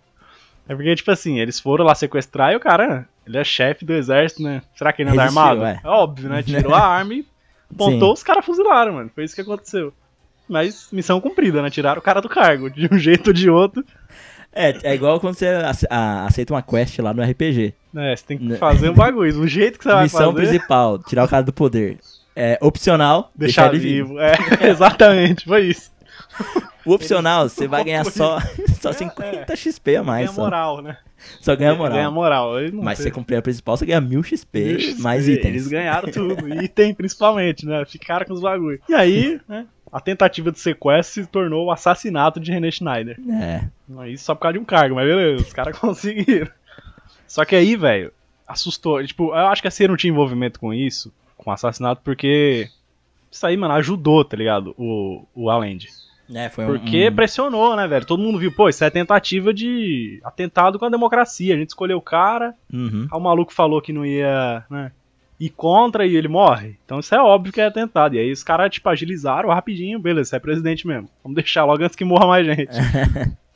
B: É porque, tipo assim, eles foram lá sequestrar e o cara, ele é chefe do exército, né? Será que ele anda
A: Resistiu,
B: armado?
A: é.
B: É óbvio, né?
A: <laughs>
B: Tirou a arma e apontou, os caras fuzilaram, mano. Foi isso que aconteceu. Mas missão cumprida, né? Tiraram o cara do cargo, de um <laughs> jeito ou de outro.
A: É, é igual quando você ace- a- aceita uma quest lá no RPG.
B: É, você tem que
A: Né.
B: fazer um bagulho, um jeito que você vai
A: Missão
B: fazer.
A: principal, tirar o cara do poder. É opcional,
B: Deixar,
A: ele
B: vivo. É, <laughs> exatamente, foi isso.
A: O opcional, você vai ganhar
B: <laughs>
A: só, só
B: É,
A: 50 XP a mais.
B: Ganha
A: Só.
B: moral, né?
A: só ganha moral.
B: Ganha moral. ele não
A: Mas se
B: tem-
A: você cumprir a principal, você ganha 1000 XP,
B: Eles-
A: mais
B: Eles
A: itens.
B: ganharam tudo. Item, principalmente, né? Ficaram com os bagulho. E aí, né? A tentativa de sequestro se tornou o assassinato de René Schneider.
A: É.
B: Não é isso só por causa de um cargo, mas beleza, os caras <laughs> conseguiram. Só que aí, velho, assustou. Tipo, eu acho que a CIA não tinha envolvimento com isso, com o assassinato, porque. Isso aí, mano, ajudou, tá ligado? O, o Allende.
A: É, foi um-
B: Porque
A: um-
B: pressionou, né, velho? Todo mundo viu, pô, isso é tentativa de atentado com a democracia. A gente escolheu o cara,
A: Uhum.
B: Aí o maluco falou que não ia né, ir contra e ele morre. Então isso é óbvio que é atentado. E aí os caras, tipo, agilizaram rapidinho. Beleza, você é presidente mesmo. Vamos deixar logo antes que morra mais gente.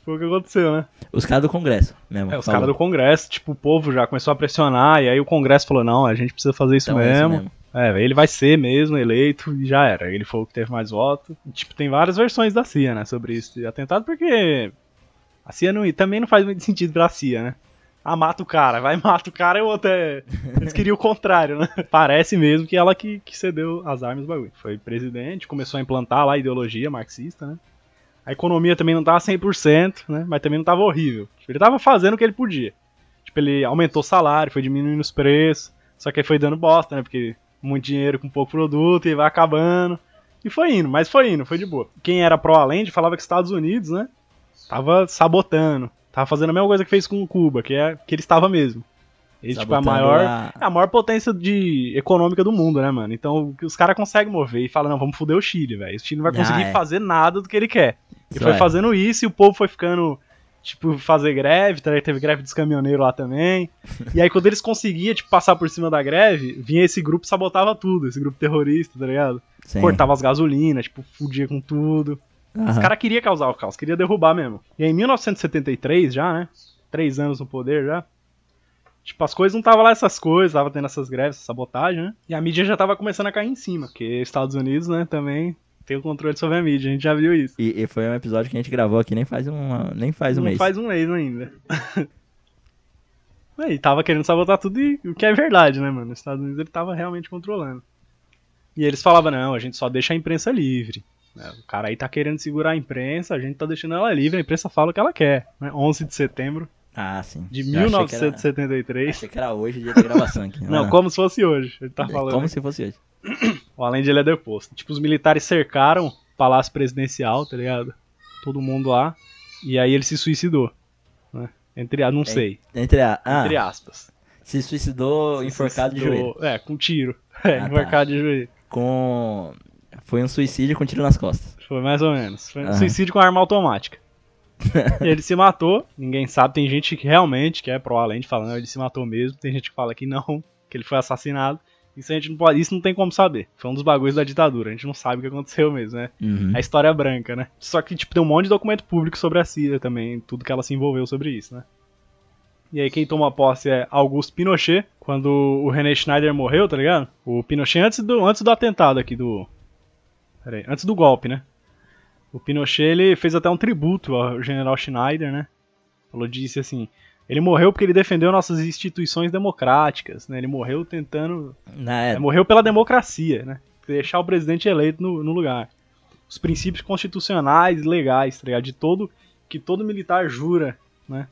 B: Foi o que aconteceu, né?
A: Os caras do Congresso mesmo.
B: É, os
A: falou.
B: caras do Congresso, tipo, o povo já começou a pressionar. E aí o Congresso falou: não, a gente precisa fazer isso
A: Então é
B: mesmo.
A: isso
B: É, ele vai ser mesmo eleito e já era. Ele foi o que teve mais voto. E, tipo, tem várias versões da CIA, né, sobre esse atentado, porque a CIA não, e também não faz muito sentido pra CIA, né? Ah, mata o cara, vai, <laughs> mata o cara e o outro é. Eles queriam o contrário, né? <laughs> Parece mesmo que ela que, que cedeu as armas do bagulho. Foi presidente, começou a implantar lá a ideologia marxista, né? A economia também não tava 100%, né? Mas também não tava horrível. Tipo, Ele tava fazendo o que ele podia. Tipo, ele aumentou o salário, foi diminuindo os preços. Só que aí foi dando bosta, né? Porque muito dinheiro com pouco produto e vai acabando. E foi indo, mas foi indo, foi de boa. Quem era pro além falava que Estados Unidos, né? Tava sabotando. Tava fazendo a mesma coisa que fez com Cuba, que é que ele estava mesmo. Ele, tipo, é a
A: Sabotando
B: maior
A: a-
B: é a maior potência de econômica do mundo, né, mano? Então o que os caras conseguem mover e falam, não, vamos foder o Chile, velho. O Chile não vai
A: Ah,
B: conseguir
A: é.
B: fazer nada do que ele quer. E
A: Isso
B: foi
A: é.
B: fazendo isso e o povo foi ficando, tipo, fazer greve, tá? teve greve dos caminhoneiros
A: <laughs>
B: lá também. E aí quando eles conseguiam, tipo, passar por cima da greve, vinha esse grupo e sabotava tudo, esse grupo terrorista, tá ligado?
A: Sim.
B: Cortava as gasolinas, tipo, fudia com tudo. Os
A: Aham.
B: caras queriam causar o caos, queria derrubar mesmo. E aí, em 1973, já, né? Três anos no poder já. Tipo, as coisas não tava lá essas coisas, tava tendo essas greves, essa sabotagem, né? E a mídia já tava começando a cair em cima, porque Estados Unidos, né, também tem o controle sobre a mídia, a gente já viu isso.
A: E, e foi um episódio que a gente gravou aqui, nem faz, uma, nem faz um
B: não
A: mês.
B: faz um mês ainda. <laughs> aí, tava querendo sabotar tudo, e o que é verdade, né, mano? Os Estados Unidos ele tava realmente controlando. E eles falavam, não, a gente só deixa a imprensa livre. né? O cara aí tá querendo segurar a imprensa, a gente tá deixando ela livre, a imprensa fala o que ela quer. né? 11 de setembro
A: Ah, sim.
B: de
A: Eu achei que era-
B: 1973.
A: Achei que era hoje o dia da gravação aqui.
B: <laughs> Não, como se fosse hoje, ele tá
A: É
B: falando.
A: Como se fosse hoje.
B: O Allende ele é deposto. Tipo, os militares cercaram o palácio presidencial, tá ligado? Todo mundo lá. E aí ele se suicidou. Né? Entre a, não
A: É.
B: sei.
A: Entre a. Ah,
B: Entre aspas.
A: se
B: Então,
A: suicidou enforcado
B: Suicidou-
A: de joelho.
B: É, com tiro. <laughs> É,
A: Ah, tá.
B: enforcado de joelho.
A: Com. Foi um suicídio com tiro nas costas.
B: Foi mais ou menos. Foi um
A: Aham.
B: suicídio com
A: <laughs>
B: arma automática. E ele se matou, ninguém sabe. Tem gente que realmente que é pro Allende falando, não, ele se matou mesmo. Tem gente que fala que não, <laughs> que ele foi assassinado. Isso a gente não pode, isso não tem como saber. Foi um dos bagulhos da ditadura, a gente não sabe o que aconteceu mesmo, né?
A: Uhum.
B: a história branca, né? Só que, tipo, tem um monte de documento público sobre a CIA também, tudo que ela se envolveu sobre isso, né? E aí quem toma posse é Augusto Pinochet, quando o René Schneider morreu, tá ligado? O Pinochet antes do, antes do atentado aqui do... Pera aí, antes do golpe, né? O Pinochet, ele fez até um tributo ao general Schneider, né? Falou, disse assim... Ele morreu porque ele defendeu nossas instituições democráticas, né? Ele morreu tentando
A: Na
B: é,
A: é,
B: morreu pela democracia, né? Deixar o presidente eleito no, no lugar. Os princípios constitucionais e legais, tá ligado? De todo, que todo militar jura, né?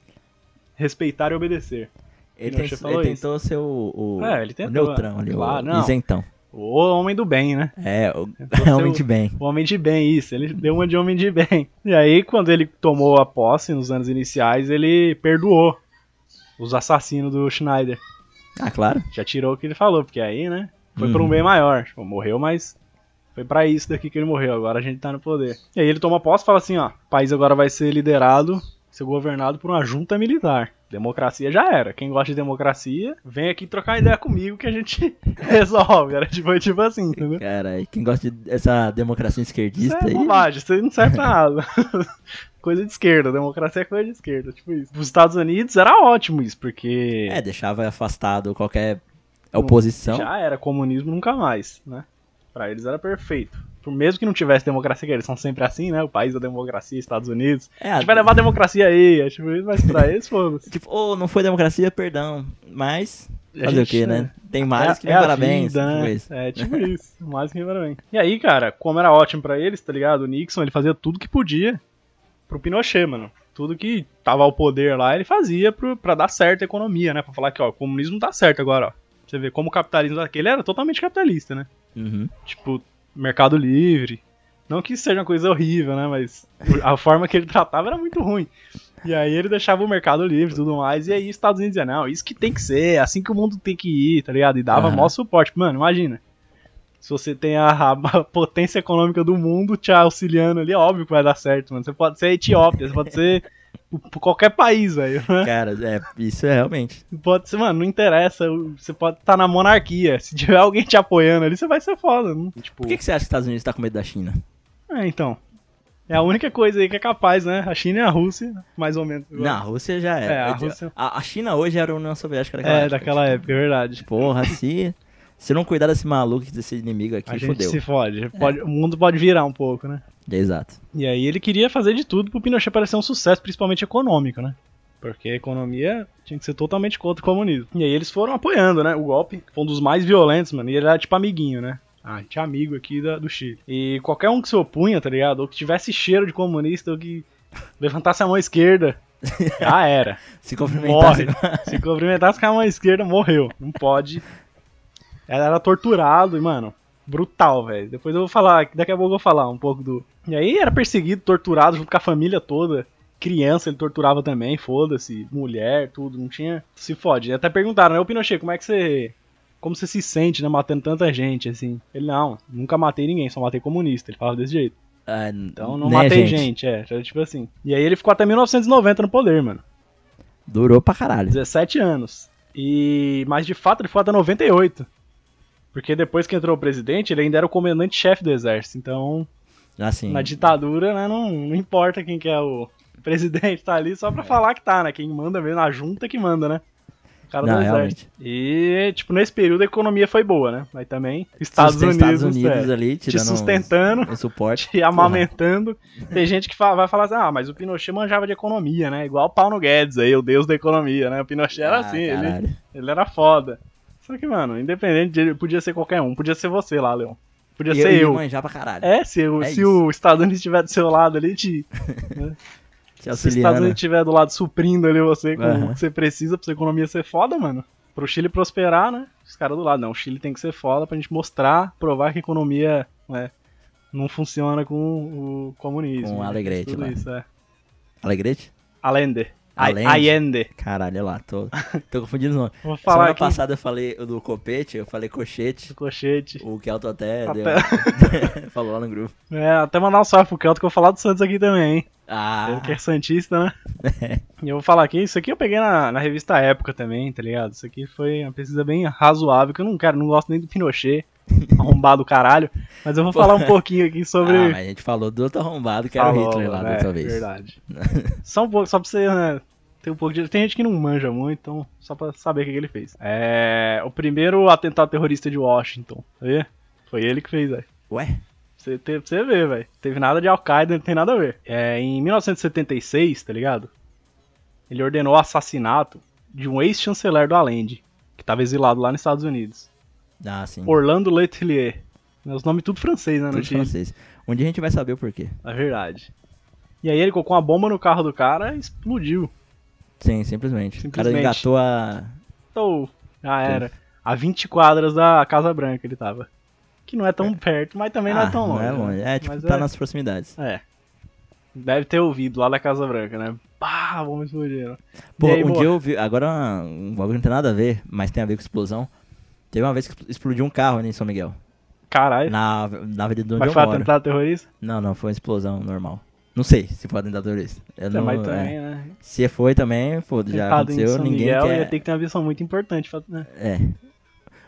B: Respeitar e obedecer.
A: Ele,
B: Pinochet
A: tem-
B: falou
A: ele
B: isso.
A: tentou ser o, o,
B: É, ele
A: o
B: tentou,
A: neutrão ali,
B: claro,
A: o
B: não.
A: isentão.
B: O homem do bem, <laughs> né?
A: É, o,
B: Tentou
A: <laughs>
B: ser
A: realmente bem.
B: O homem de bem, isso. Ele deu uma de homem de bem. E aí, quando ele tomou a posse nos anos iniciais, ele perdoou os assassinos do Schneider.
A: Ah, claro.
B: Já tirou o que ele falou, porque aí, né? Foi por um
A: Uhum.
B: bem maior. Tipo, morreu, mas foi pra isso daqui que ele morreu. Agora a gente tá no poder. E aí ele toma posse e fala assim: ó, o país agora vai ser liderado, ser governado por uma junta militar. Democracia já era. Quem gosta de democracia, vem aqui trocar ideia comigo que a gente <laughs> resolve. Era tipo, foi tipo assim, entendeu?
A: Cara, e quem gosta dessa democracia
B: Isso
A: esquerdista
B: é
A: aí.
B: bobagem, isso aí não serve pra nada. <laughs> coisa de esquerda, democracia é coisa de esquerda, tipo isso. Nos Estados Unidos era ótimo isso, porque
A: É, deixava afastado qualquer
B: Não,
A: oposição.
B: já era comunismo nunca mais, né? Pra eles era perfeito. Por mesmo que não tivesse democracia, que eles são sempre assim, né? O país da democracia, Estados Unidos.
A: É,
B: A gente vai levar a democracia aí, é tipo isso, mas pra eles, foda-se.
A: Tipo, ô, não foi democracia, perdão. Mas,
B: A
A: <laughs> fazer o
B: gente,
A: quê,
B: né?
A: né? Tem males que vem
B: a
A: parabéns.
B: vida,
A: tipo
B: né?
A: isso.
B: É tipo isso, <laughs> mais que vem parabéns. E aí, cara, como era ótimo pra eles, tá ligado? O Nixon, ele fazia tudo que podia pro Pinochet, mano. Tudo que tava ao poder lá, ele fazia pro, pra dar certo a economia, né? Pra falar que, ó, o comunismo tá certo agora, ó. Você vê como o capitalismo daquele era totalmente capitalista, né?
A: Uhum.
B: Tipo, mercado livre. Não que isso seja uma coisa horrível, né? Mas a forma que ele tratava era muito ruim. E aí ele deixava o mercado livre e tudo mais. E aí os Estados Unidos dizia, não, isso que tem que ser, é assim que o mundo tem que ir, tá ligado? E dava
A: Aham.
B: maior suporte. Tipo, Mano, imagina. Se você tem a, a <laughs> potência econômica do mundo te auxiliando ali, é óbvio que vai dar certo, mano. Você pode ser a Etiópia, você pode ser <laughs> p- qualquer país, velho. <laughs> né?
A: Cara, é, isso é realmente.
B: Pode ser, mano, não interessa. Você pode estar na monarquia. Se tiver alguém te apoiando ali, você vai ser foda. Né? Tipo,
A: Por que, que você acha que os Estados Unidos tá com medo da China?
B: É, então. É a única coisa aí que é capaz, né? A China e a Rússia, mais ou menos.
A: Não, a Rússia já é.
B: É, a Rússia-
A: a- a China hoje era a União Soviética daquela
B: É,
A: época. tipo,
B: daquela época, é verdade.
A: Porra, se, se não cuidar desse maluco, desse inimigo
B: A
A: aqui,
B: gente
A: fodeu. É,
B: se fode. Pode- O mundo pode virar um pouco, né?
A: Exato.
B: E aí ele queria fazer de tudo pro Pinochet parecer um sucesso, principalmente econômico, né? Porque a economia tinha que ser totalmente contra o comunismo. E aí eles foram apoiando, né? O golpe foi um dos mais violentos, mano. E ele era tipo amiguinho, né? Ah, a gente é amigo aqui da- do Chile. E qualquer um que se opunha, tá ligado? Ou que tivesse cheiro de comunista, ou que levantasse a
A: <laughs>
B: mão esquerda, já era.
A: Se cumprimentar. <laughs>
B: morre. Se cumprimentasse com a mão esquerda, morreu. Não pode. Ela era torturado e, mano, brutal, velho. Depois eu vou falar, daqui a pouco eu vou falar um pouco do. E aí era perseguido, torturado junto com a família toda. Criança, ele torturava também, foda-se, mulher, tudo, não tinha. Se fode. Até perguntaram, né, ô Pinochet, como é que você. Como você se sente, né, matando tanta gente, assim? Ele, não, nunca matei ninguém, só matei comunista. Ele falava desse jeito.
A: Ah,
B: Então não
A: né,
B: matei gente. é. Era Tipo assim. E aí ele ficou até 1990 no poder, mano.
A: Durou pra caralho.
B: 17 anos. E mas de fato ele foi até 98. Porque depois que entrou o presidente, ele ainda era o comandante-chefe do exército. Então,
A: Assim,
B: na ditadura, né, não, não importa quem que é o presidente, tá ali só
A: É.
B: pra falar que tá, né? Quem manda mesmo, na junta que manda, né? O cara
A: Não,
B: do exército.
A: realmente.
B: E, tipo, nesse período a economia foi boa, né? Mas também Estados
A: Sustenta-
B: Unidos,
A: Estados Unidos
B: é,
A: ali,
B: te
A: tirando uns-
B: sustentando
A: um suporte.
B: te amamentando. Tem gente que fa- vai falar assim, ah, mas o Pinochet manjava de economia, né? Igual o Paulo Guedes aí, o deus da economia, né? O Pinochet <laughs> era
A: Ah,
B: assim, ele,
A: caralho.
B: ele era foda. Só que, mano, independente, de ele podia ser qualquer um. Podia ser você lá, Leon. Podia
A: E
B: ser
A: ia
B: eu.
A: manjar pra caralho.
B: É, se, o-
A: É
B: se
A: isso.
B: o Estados Unidos estiver do seu lado ali, te,
A: Te
B: se os Estados
A: auxiliando.
B: Unidos estiver do lado suprindo ali você com
A: Aham.
B: o que você precisa pra sua economia ser foda, mano. Pro Chile prosperar, né? Os caras do lado, não, o Chile tem que ser foda pra gente mostrar, provar que a economia né, não funciona com o comunismo.
A: Com o
B: né?
A: Alegrete
B: Tudo
A: lá.
B: isso, é.
A: Alegrete?
B: Allende.
A: Allende.
B: Allende. Allende.
A: Caralho, olha lá,
B: <laughs>
A: tô, tô confundindo os nomes.
B: Vou falar
A: Semana
B: aqui
A: passada eu falei do copete, eu falei cochete.
B: do cochete.
A: O Kelto até
B: Até- <laughs>
A: deu- <laughs> falou lá no grupo.
B: É, até mandar um salve pro Kelto que eu vou falar do Santos aqui também, hein? Ele
A: Ah, É.
B: que é Santista,
A: <laughs>
B: né? e eu vou falar aqui, isso aqui eu peguei na, na revista Época também, tá ligado? Isso aqui foi uma pesquisa bem razoável, que eu não quero, não gosto nem
A: <laughs>
B: do Pinochet, arrombado do caralho. Mas eu vou falar um pouquinho aqui sobre.
A: ah, mas a gente falou do outro arrombado que era o
B: Falou,
A: Hitler lá da
B: né?
A: outra vez. <laughs>
B: Verdade. só um pouco, só pra você né, ter um pouco de. Tem gente que não manja muito, então só pra saber o que que ele fez. É. O primeiro atentado terrorista de Washington, tá vendo? Foi ele que fez, velho.
A: Ué?
B: Você, te- pra você ver, velho. Teve nada de Al-Qaeda, não tem nada a ver. É, em 1976, tá ligado? Ele ordenou o assassinato de um ex-chanceler do Allende, que tava exilado lá nos Estados Unidos.
A: Ah, sim.
B: Orlando Letelier. Os nomes tudo francês, né?
A: Tudo
B: Não tinha
A: francês. Um dia a gente vai saber o porquê.
B: na verdade. E aí ele colocou uma bomba no carro do cara e explodiu.
A: Sim, simplesmente. O cara
B: Simplesmente.
A: engatou a
B: Matou! Então, Já era. A 20 quadras da Casa Branca ele tava. Que não é tão perto, mas também não é
A: Ah,
B: tão longe.
A: Não é
B: né?
A: longe. É, tipo,
B: Mas
A: tá nas proximidades.
B: É. Deve ter ouvido lá da Casa Branca, né? Pá, vamos explodir. né?
A: Pô,
B: E aí,
A: um
B: boa.
A: dia eu vi. Agora, um bagulho não tem nada a ver, mas tem a ver com explosão. Teve uma vez que explodiu um carro ali em São Miguel.
B: Caralho.
A: Na, na avenida onde
B: É? Mas
A: eu
B: foi
A: moro.
B: atentado terrorista?
A: Não, não, foi uma explosão normal. Não sei se foi atentado terrorista. Eu
B: é,
A: não,
B: mas
A: é.
B: também, né?
A: Se foi também, foda, já
B: Atentado em
A: aconteceu,
B: São
A: ninguém
B: Miguel
A: quer.
B: ia ter que ter uma visão muito importante. pra- né?
A: É.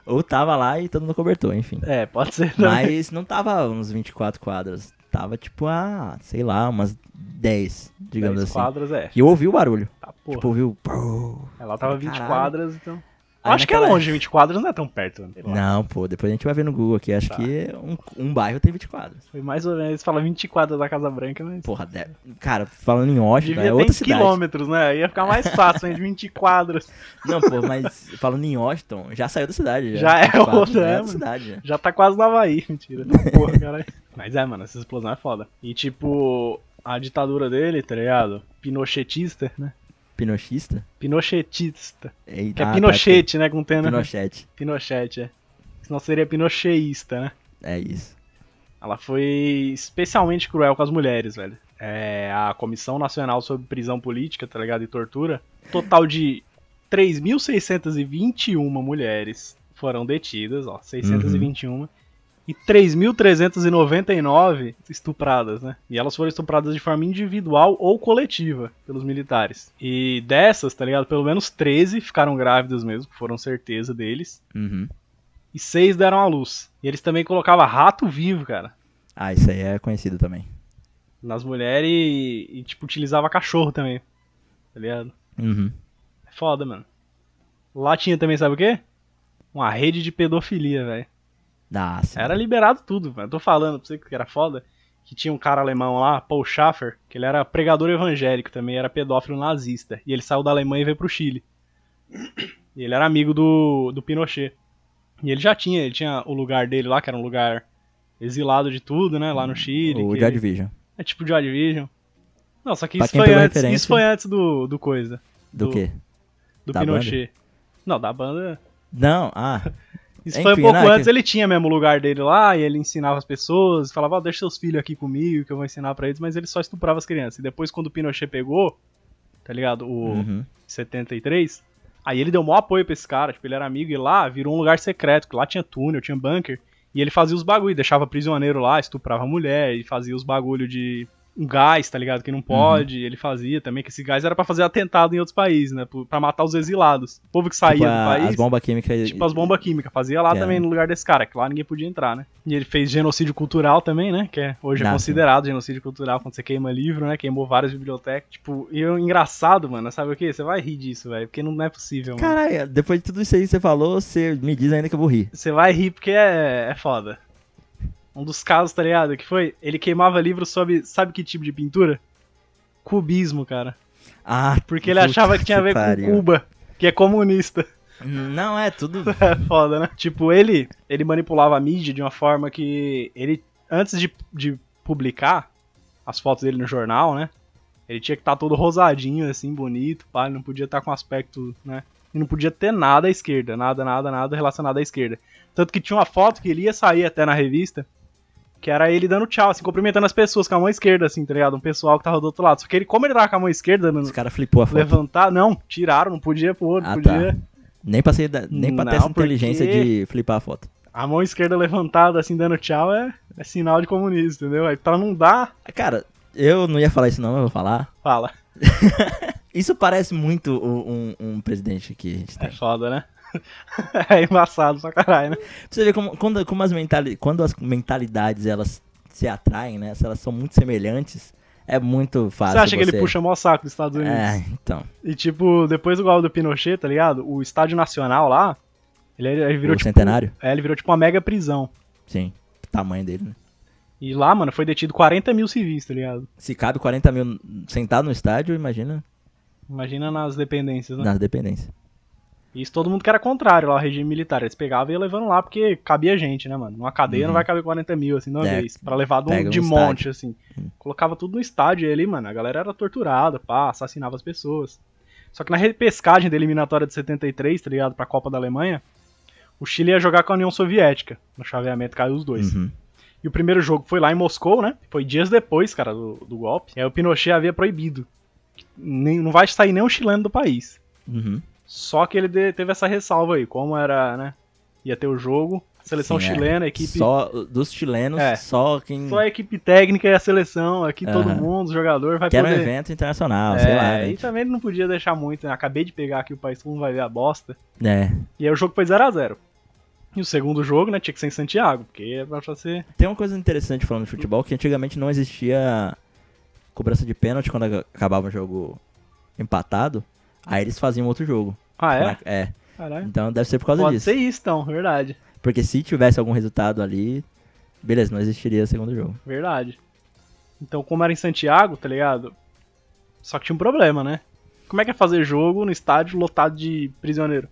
A: Ou tava lá e todo mundo cobertor, enfim.
B: É, pode ser <laughs> também.
A: Mas não tava uns 24 quadras. Tava tipo, ah, sei lá, umas 10, digamos
B: Dez
A: assim.
B: quadras, é.
A: E eu ouvi o barulho.
B: Tá, porra.
A: Tipo, ouvi o. pô.
B: Ela tava 20
A: Caralho.
B: quadras, então. Eu
A: Aí
B: acho que é
A: naquela-
B: longe, 20 quadras não é tão perto. né? Sei lá.
A: Não, pô, depois a gente vai ver no Google aqui. Acho
B: Tá.
A: que um, um bairro tem 20 quadras.
B: Foi mais ou menos, fala 20 quadras da Casa Branca, mas.
A: Porra, de... cara, falando em Washington, é
B: Devia ter em
A: outra cidade.
B: quilômetros, né? Ia ficar mais fácil,
A: <laughs>
B: hein? 20 quadras.
A: Não, pô, mas falando em Washington, já saiu da cidade.
B: Já é
A: 24,
B: outra,
A: já
B: é,
A: é outra
B: mano.
A: cidade. já.
B: Já tá quase na Havaí, <laughs> mentira. Porra, caralho. Mas é, mano, essa explosão é foda. E tipo, a ditadura dele, tá ligado? Pinochetista, né?
A: Pinochista?
B: Pinochetista.
A: Eita,
B: Que
A: ah,
B: é
A: tá,
B: Pinochet, né? Com T,
A: tem-
B: né?
A: Pinochete.
B: Pinochet, é. Senão seria pinocheísta, né?
A: É isso.
B: Ela foi especialmente cruel com as mulheres, velho. É, a Comissão Nacional sobre Prisão Política, tá ligado? E Tortura. Total de 3.621 mulheres foram detidas, ó, 621. E 3.399 estupradas, né? E elas foram estupradas de forma individual ou coletiva pelos militares. E dessas, tá ligado? Pelo menos 13 ficaram grávidas mesmo, que foram certeza deles.
A: Uhum.
B: E 6 deram à luz. E eles também colocavam rato vivo, cara
A: Ah, isso aí é conhecido também.
B: nas mulheres e, e, tipo, utilizava cachorro também. Tá ligado?
A: Uhum.
B: É foda, mano. Lá tinha também, sabe o quê? Uma rede de pedofilia, velho.
A: Nossa.
B: Era liberado tudo, velho. Tô falando pra você que era foda. Que tinha um cara alemão lá, Paul Schaffer, que ele era pregador evangélico também, era pedófilo nazista. E ele saiu da Alemanha e veio pro Chile. E ele era amigo do, do Pinochet. E ele já tinha, ele tinha o lugar dele lá, que era um lugar exilado de tudo, né? Lá no Chile.
A: o
B: que
A: Joy
B: ele-
A: Division.
B: É tipo Joy Division. Não, só que
A: Pra
B: isso
A: quem
B: foi,
A: pegou a
B: antes,
A: referência-
B: isso foi antes do, do coisa,
A: Do,
B: Do-
A: quê?
B: do
A: Da
B: Pinochet. Não, da banda.
A: Não, ah.
B: Isso
A: Enfim,
B: foi um pouco
A: não, é
B: antes,
A: que-
B: ele tinha mesmo o lugar dele lá, e ele ensinava as pessoas, falava, ó, deixa seus filhos aqui comigo, que eu vou ensinar pra eles, mas ele só estuprava as crianças. E depois, quando o Pinochet pegou, tá ligado? O
A: Uhum.
B: 73, aí ele deu maior apoio pra esse cara, tipo, ele era amigo, e lá virou um lugar secreto, que lá tinha túnel, tinha bunker, e ele fazia os bagulho, deixava prisioneiro lá, estuprava a mulher, e fazia os bagulho de um gás, tá ligado? Que
A: Uhum.
B: não pode, ele fazia também, que esse gás era pra fazer atentado em outros países, né? pro- Pra matar os exilados. O povo que saía
A: Tipo,
B: do
A: a-
B: país.
A: as bombas químicas.
B: Tipo as bombas químicas, fazia lá
A: É.
B: também no lugar desse cara, que lá ninguém podia entrar, né? E ele fez genocídio cultural também, né? Que é, hoje é
A: Nossa.
B: considerado genocídio cultural quando você queima livro, né? Queimou várias bibliotecas. Tipo, e o engraçado, mano, sabe o quê? Você vai rir disso, velho, porque não é possível, mano.
A: Caralho, depois de tudo isso aí que você falou, você me diz ainda que eu vou rir.
B: Você vai rir porque é, é foda. Um dos casos, tá ligado? Que foi? Ele queimava livro sobre. Sabe que tipo de pintura? Cubismo, cara.
A: Ah,
B: Porque ele
A: puta
B: achava que tinha a ver
A: pariu.
B: com Cuba, que é comunista.
A: Não, é tudo.
B: É foda, né? Tipo, ele, ele manipulava a mídia de uma forma que ele, antes de, de publicar as fotos dele no jornal, né? Ele tinha que estar todo rosadinho, assim, bonito, pá, ele não podia estar com aspecto, né? Ele não podia ter nada à esquerda, nada, nada, nada relacionado à esquerda. Tanto que tinha uma foto que ele ia sair até na revista, que era ele dando tchau, assim, cumprimentando as pessoas com a mão esquerda, assim, tá ligado? Um pessoal que tava do outro lado. Só que ele, como ele tava com a mão esquerda, dando-
A: Os caras flipou a foto.
B: levantar, não, tiraram, não podia pôr, não
A: Ah,
B: podia.
A: tá. Nem pra, ser da- nem pra ter
B: Não,
A: essa inteligência
B: porque-
A: de flipar a foto.
B: A mão esquerda levantada, assim, dando tchau, é, é sinal de comunista, entendeu? Aí pra não dar,
A: Cara, eu não ia falar isso, não, mas eu vou falar.
B: fala.
A: Isso parece muito o- um, um presidente que a gente
B: É
A: tem.
B: foda, né? <laughs> é embaçado pra caralho, né?
A: Pra você ver como, quando, como as mentali- quando as mentalidades elas se atraem, né? Se elas são muito semelhantes, é muito fácil.
B: você acha que ele
A: você-
B: puxa mó saco dos Estados Unidos?
A: É, então.
B: E, tipo, depois do golpe do Pinochet, tá ligado? O Estádio Nacional lá, ele, ele virou,
A: o
B: tipo...
A: centenário?
B: É, ele virou, tipo, uma mega prisão.
A: Sim. O tamanho dele, né?
B: E lá, mano, foi detido 40 mil civis, tá ligado?
A: Se cabe 40 mil sentado no estádio, imagina
B: Imagina nas dependências, né?
A: nas dependências.
B: Isso todo mundo que era contrário lá ao regime militar. Eles pegavam e ia levando lá porque cabia gente, né, mano? Numa cadeia
A: Uhum.
B: não vai caber 40 mil, assim, de uma
A: É,
B: vez. Pra levar de, um-
A: pega um
B: de
A: estádio. Hum.
B: monte, assim. Colocava tudo no estádio e ali, mano. A galera era torturada, pá, assassinava as pessoas. Só que na repescagem da eliminatória de 73, tá ligado? Pra Copa da Alemanha, o Chile ia jogar com a União Soviética. No chaveamento caiu os dois.
A: Uhum.
B: E o primeiro jogo foi lá em Moscou, né? Foi dias depois, cara, do, do golpe. E aí o Pinochet havia proibido. Nem, não vai sair nenhum chileno do país.
A: Uhum.
B: Só que ele de- teve essa ressalva aí, como era, né? Ia ter o jogo, a seleção
A: Sim, é.
B: chilena, a equipe. Só...
A: Só dos chilenos,
B: É.
A: só quem.
B: a equipe técnica e a seleção, aqui todo
A: Aham.
B: mundo, o jogador vai
A: Que era um
B: poder.
A: evento internacional,
B: é,
A: sei lá. né?
B: e também não podia deixar muito, né? Acabei de pegar aqui o país, todo mundo vai ver a bosta.
A: É.
B: E aí o jogo foi 0x0. E o segundo jogo, né, tinha que ser em Santiago, porque era pra ser.
A: Tem uma coisa interessante falando de futebol, que antigamente não existia cobrança de pênalti quando ac- acabava um jogo empatado. Aí eles faziam outro jogo.
B: Ah, é?
A: Na- é.
B: Caralho.
A: Então deve ser por causa
B: Pode
A: disso.
B: ser isso, então, verdade.
A: Porque se tivesse algum resultado ali, beleza, não existiria segundo jogo.
B: Verdade. Então, como era em Santiago, tá ligado? Só que tinha um problema, né? Como é que é fazer jogo no estádio lotado de prisioneiro?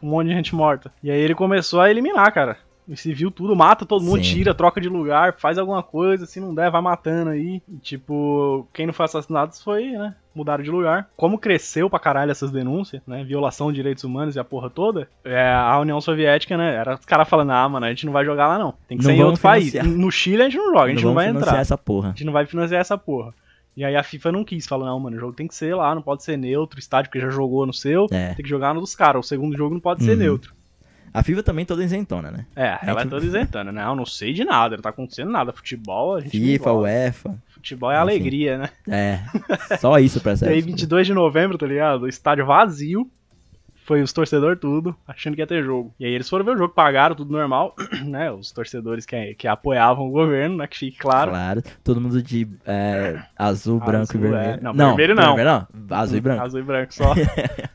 B: Com um monte de gente morta. E aí ele começou a eliminar, cara. E se viu tudo, mata todo mundo,
A: Sim.
B: tira, troca de lugar, faz alguma coisa, se não der, vai matando aí. E, tipo, quem não foi assassinado foi, né? Mudaram de lugar. Como cresceu pra caralho essas denúncias, né? Violação de direitos humanos e a porra toda, é, a União Soviética, né? Era os caras falando, ah, mano, a gente não vai jogar lá não. Tem que
A: Não
B: ser em
A: vamos
B: outro país.
A: financiar.
B: No Chile a gente não joga, a gente não,
A: vamos
B: vai
A: financiar
B: entrar.
A: essa porra.
B: A gente não vai financiar essa porra. E aí a FIFA não quis, falou, não, mano, o jogo tem que ser lá, não pode ser neutro, o estádio que já jogou no seu,
A: É.
B: tem que jogar no dos caras, o segundo jogo não pode ser
A: Uhum.
B: neutro.
A: A FIFA também toda isentona, né?
B: É, ela é
A: que-
B: toda isentando, né? Eu não sei de nada, não tá acontecendo nada, futebol, a gente não
A: FIFA,
B: gosta.
A: UEFA.
B: futebol é
A: enfim.
B: alegria, né?
A: É. Só isso pra
B: <laughs> E aí
A: ser.
B: 22 de novembro, tá ligado? O estádio vazio, foi os torcedores tudo, achando que ia ter jogo. E aí eles foram ver o jogo, pagaram tudo normal, <clears throat> né? Os torcedores que, que apoiavam o governo, né, que fique claro.
A: Claro. Todo mundo de é, azul, branco
B: Azul,
A: e
B: é.
A: vermelho.
B: Não, vermelho não.
A: Azul e branco.
B: Azul e
A: <laughs>
B: branco só.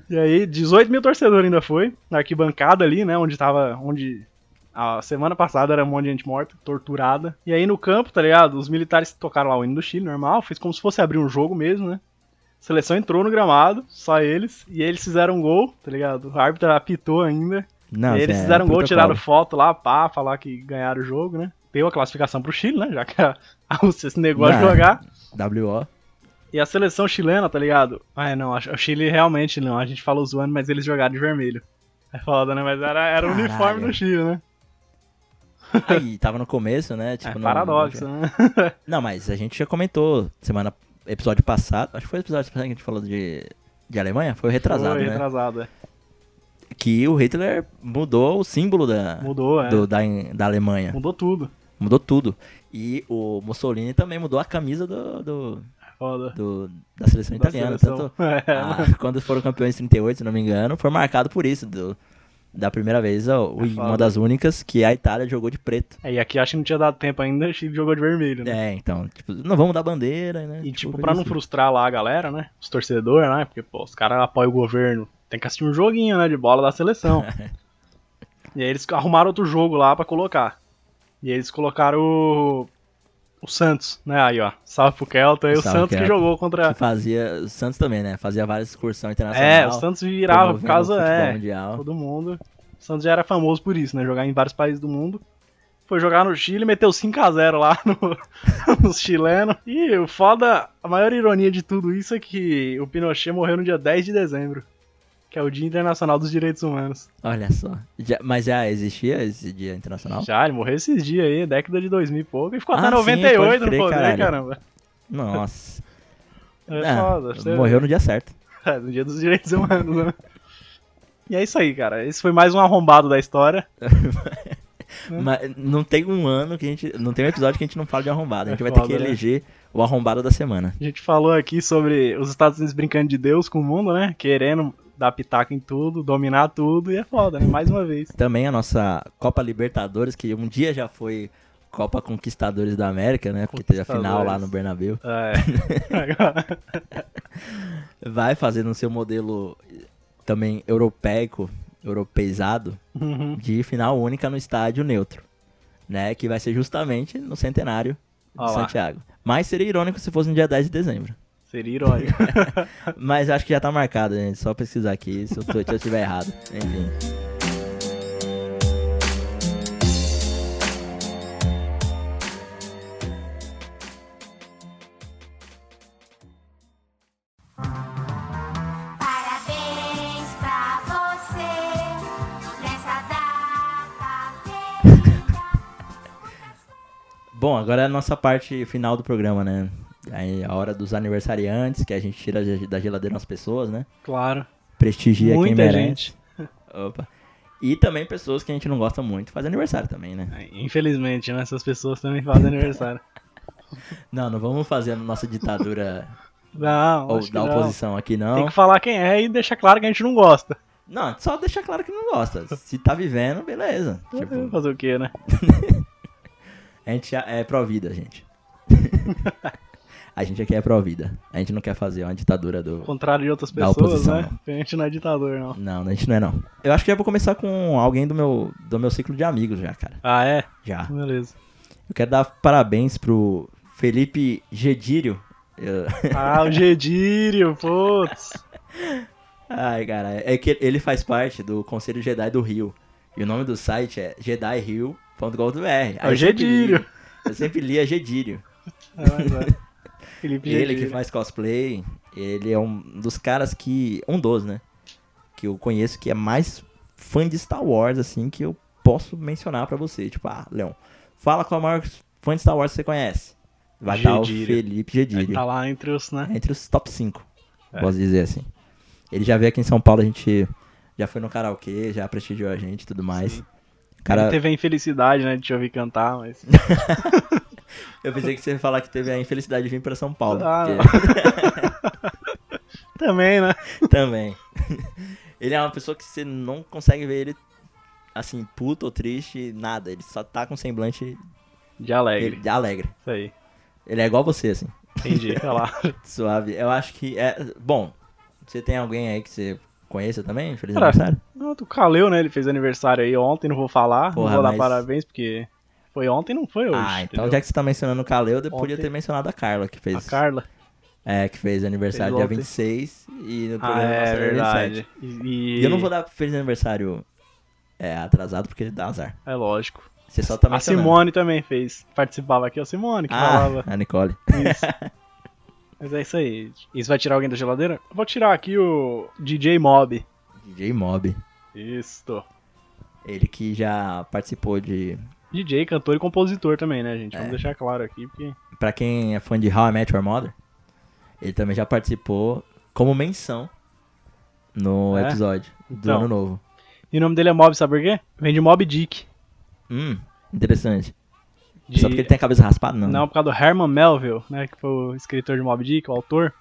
B: e aí, 18 mil torcedores ainda foi, na arquibancada ali, né? Onde tava. Onde a semana passada era um monte de gente morta, torturada. E aí no campo, tá ligado? Os militares tocaram lá o hino do Chile, normal. Fez como se fosse abrir um jogo mesmo, né? A seleção entrou no gramado, só eles. E eles fizeram um gol, tá ligado? O árbitro apitou ainda.
A: Não,
B: e
A: assim,
B: eles
A: é
B: fizeram um gol,
A: protocolo.
B: tiraram foto lá, pá, falar que ganharam o jogo, né? Deu a classificação pro Chile, né? Já que a <laughs> a Rússia se negou a
A: Não.
B: jogar. <laughs>
A: WO.
B: E a seleção chilena, tá ligado? Ah, é, não, a- o Chile realmente não. A gente falou zoando, mas eles jogaram de vermelho. É foda, né? Mas era, era o
A: Caralho.
B: uniforme do Chile, né?
A: Aí, tava no começo, né? Tipo,
B: é
A: não-
B: paradoxo, né?
A: Não, mas a gente já comentou semana, episódio passado, acho que foi o episódio passado que a gente falou de, de Alemanha, foi o retrasado,
B: Foi
A: né?
B: retrasado, é.
A: Que o Hitler mudou o símbolo da,
B: Mudou, é.
A: do- da, da Alemanha,
B: Mudou tudo.
A: mudou tudo. E o Mussolini também mudou a camisa do, do,
B: É Foda.
A: do- da seleção
B: Da
A: italiana,
B: seleção.
A: tanto
B: <laughs> É,
A: a- quando foram campeões em 38, se não me engano, foi marcado por isso, do- da primeira vez, ó,
B: É
A: e uma
B: foda.
A: das únicas que a Itália jogou de preto.
B: É, e aqui acho que não tinha dado tempo ainda, o Chile jogou de vermelho, né?
A: É, então, tipo, não vamos dar bandeira, né?
B: E tipo,
A: coisa
B: pra não
A: assim.
B: frustrar lá a galera, né? Os torcedores, né? Porque, pô, os caras apoiam o governo. Tem que assistir um joguinho, né? De bola
A: <laughs>
B: da seleção. e aí eles arrumaram outro jogo lá pra colocar. E aí eles colocaram o. O Santos, né? Aí, ó. Salve pro Kelta. E o
A: Salve,
B: Santos que
A: Kelta.
B: jogou contra.
A: que fazia o Santos também, né? Fazia várias excursões internacionais.
B: É, o Santos virava por
A: promovendo
B: causa.
A: futebol
B: É,
A: mundial.
B: todo mundo. O Santos já era famoso por isso, né? Jogar em vários países do mundo. Foi jogar no Chile, meteu 5x0 lá <laughs> no- nos chilenos. E o foda, a maior ironia de tudo isso é que o Pinochet morreu no dia 10 de dezembro, que é o Dia Internacional dos Direitos Humanos.
A: Olha só. Já- mas já existia esse dia internacional?
B: Já, ele morreu esses dias aí, década de 2000 e pouco, e ficou até
A: Ah, sim,
B: 98
A: pode crer,
B: no poder,
A: caralho.
B: caramba.
A: Nossa.
B: <laughs> É
A: Ah,
B: foda. você-
A: morreu no dia certo.
B: <laughs> É, no Dia dos Direitos Humanos, né? E é isso aí, cara. Esse foi mais um arrombado da história.
A: Mas não tem um ano que a gente. Não tem um episódio que a gente não fala de arrombado. A gente
B: É
A: vai ter
B: foda,
A: que
B: né?
A: eleger o arrombado da semana.
B: A gente falou aqui sobre os Estados Unidos brincando de Deus com o mundo, né? Querendo dar pitaco em tudo, dominar tudo, e é foda, né? Mais uma vez.
A: Também a nossa Copa Libertadores, que um dia já foi Copa Conquistadores da América, né? Porque teve a final lá
B: Conquistadores.
A: no Bernabéu. <laughs>
B: É.
A: Vai fazendo o seu modelo eh, também europeico, europeizado.
B: Uhum.
A: de final única no estádio neutro, né? Que vai ser justamente no centenário
B: Ó
A: de
B: lá.
A: Santiago. Mas seria irônico se fosse no dia 10 de dezembro. <laughs>
B: Seria irônico.
A: Mas acho que já tá marcado, gente. Só pesquisar aqui se eu, tô, se eu tiver errado. Enfim.
D: Parabéns
A: Bom, agora é a nossa parte final do programa, né? Aí a hora dos aniversariantes, que a gente tira ge- da geladeira as pessoas, né?
B: Claro.
A: Prestigia é quem
B: Muita
A: merece.
B: gente.
A: Opa. E também pessoas que a gente não gosta muito faz aniversário também, né?
B: Infelizmente, né? Essas pessoas também fazem aniversário. É.
A: Não, não vamos fazer a nossa
B: <laughs>
A: ditadura
B: Não,
A: ou
B: acho que
A: da
B: não.
A: oposição aqui,
B: Tem
A: não.
B: que falar quem é e deixar claro que a gente não gosta.
A: Não, só deixar claro que não gosta. Se tá vivendo, beleza. Tipo,
B: Fazer o quê, né?
A: A gente é pró-vida,
B: <laughs>
A: gente. a gente aqui é pró-vida. A gente não quer fazer uma ditadura do.
B: Ao contrário de outras
A: Da
B: pessoas,
A: oposição,
B: né? A gente não é ditador, não.
A: Não, a gente não é não. Eu acho que já vou começar com alguém do meu, do meu ciclo de amigos já, cara.
B: Ah, é?
A: Já. <laughs>
B: Beleza.
A: Eu quero dar parabéns pro Felipe Gedírio. Eu- <laughs>
B: Ah, o Gedírio, putz.
A: Ai, cara, é que ele faz parte do Conselho Jedi do Rio. E o nome do site é jedirio.com.br.
B: É o Gedírio.
A: Eu sempre li a Gedírio.
B: É, mas é. Felipe
A: Ele
B: Gedírio.
A: que faz cosplay, ele é um dos caras que. Um dos, né? Que eu conheço que é mais fã de Star Wars, assim, que eu posso mencionar pra você. Tipo, ah, Leão, fala qual é o maior fã de Star Wars que você conhece. Vai estar o
B: Gedírio.
A: Felipe
B: Ele
A: Gedírio.
B: né? tá lá entre os, né?
A: Entre os top 5,
B: É.
A: posso dizer assim. Ele já veio aqui em São Paulo, a gente já foi no karaokê, já prestigiou a gente e tudo mais.
B: Sim.
A: Cara,
B: Ele teve a infelicidade, né, de te ouvir cantar, mas...
A: <laughs> eu pensei que você ia falar que teve a infelicidade de vir pra São Paulo.
B: Ah,
A: porque-
B: não. Também, né?
A: Também. <laughs> Ele é uma pessoa que você não consegue ver ele assim, puto ou triste, nada. Ele só tá com semblante
B: De alegre.
A: ele, alegre.
B: Isso aí.
A: Ele é igual você, assim,
B: Entendi,
A: <laughs>
B: tá lá.
A: suave. Eu acho que é. Bom, você tem alguém aí que você conheça também? Feliz
B: Cara,
A: aniversário?
B: Não, do Caleu, né? Ele fez aniversário aí ontem, não vou falar.
A: Porra,
B: não vou dar
A: mas-
B: parabéns, porque foi ontem, não foi hoje.
A: ah, então
B: entendeu?
A: já que você tá mencionando o Kaleu, eu podia
B: Ontem-
A: ter mencionado a Carla, que fez.
B: A Carla.
A: É, que fez aniversário
B: Fez
A: dia
B: ontem.
A: 26 e no
B: Ah,
A: programa nosso
B: é
A: era 27.
B: verdade. E,
A: E eu não vou dar feliz aniversário é, atrasado, porque dá azar.
B: É lógico.
A: Você só tá
B: a
A: mencionando.
B: Simone também fez. Participava aqui, a Simone, que falava.
A: ah, a Nicole. <laughs>
B: Isso. Mas é isso aí. Isso vai tirar alguém da geladeira? Eu vou tirar aqui o DJ Mob.
A: DJ Mob.
B: Isso.
A: Ele que já participou de.
B: DJ, cantor e compositor também, né, gente? Vamos
A: É.
B: deixar claro aqui, porque.
A: Pra quem é fã de How I Met Your Mother, ele também já participou como menção no
B: É?
A: episódio do
B: Então.
A: Ano Novo.
B: E o nome dele é Mob, sabe por quê? Vem de Mob Dick.
A: Hum, interessante.
B: De...
A: Só porque ele tem um a cabeça raspada, não.
B: Não, por causa do Herman Melville, né? Que foi o escritor de Mob Dick, o autor.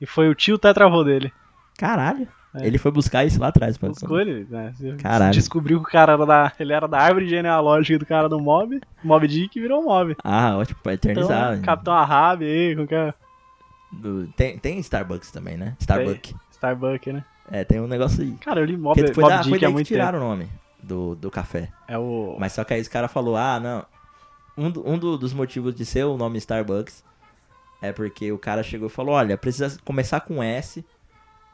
B: E foi o tio tetravô dele.
A: Caralho.
B: É.
A: Ele foi buscar isso lá atrás. pra-
B: Buscou ele, né? se-
A: Caralho.
B: Descobriu que o cara era da. Ele era da árvore genealógica do cara do Mob. Mob Dick e virou um Mob.
A: Ah, ótimo, pra
B: Então,
A: eternizar.
B: Capitão Ahab aí, com que é?
A: Do- Tem, tem Starbucks também, né? Starbucks.
B: Starbuck, né?
A: É, tem um negócio aí.
B: Cara, eu li Mob,
A: Porque foi,
B: Mob
A: da, foi
B: Dick há
A: daí que
B: muito tempo.
A: tiraram o nome do, do café.
B: É o.
A: Mas só que aí os cara falou, ah, não. Um, do- um do- dos motivos de ser o nome Starbucks é porque o cara chegou e falou, olha, precisa começar com S,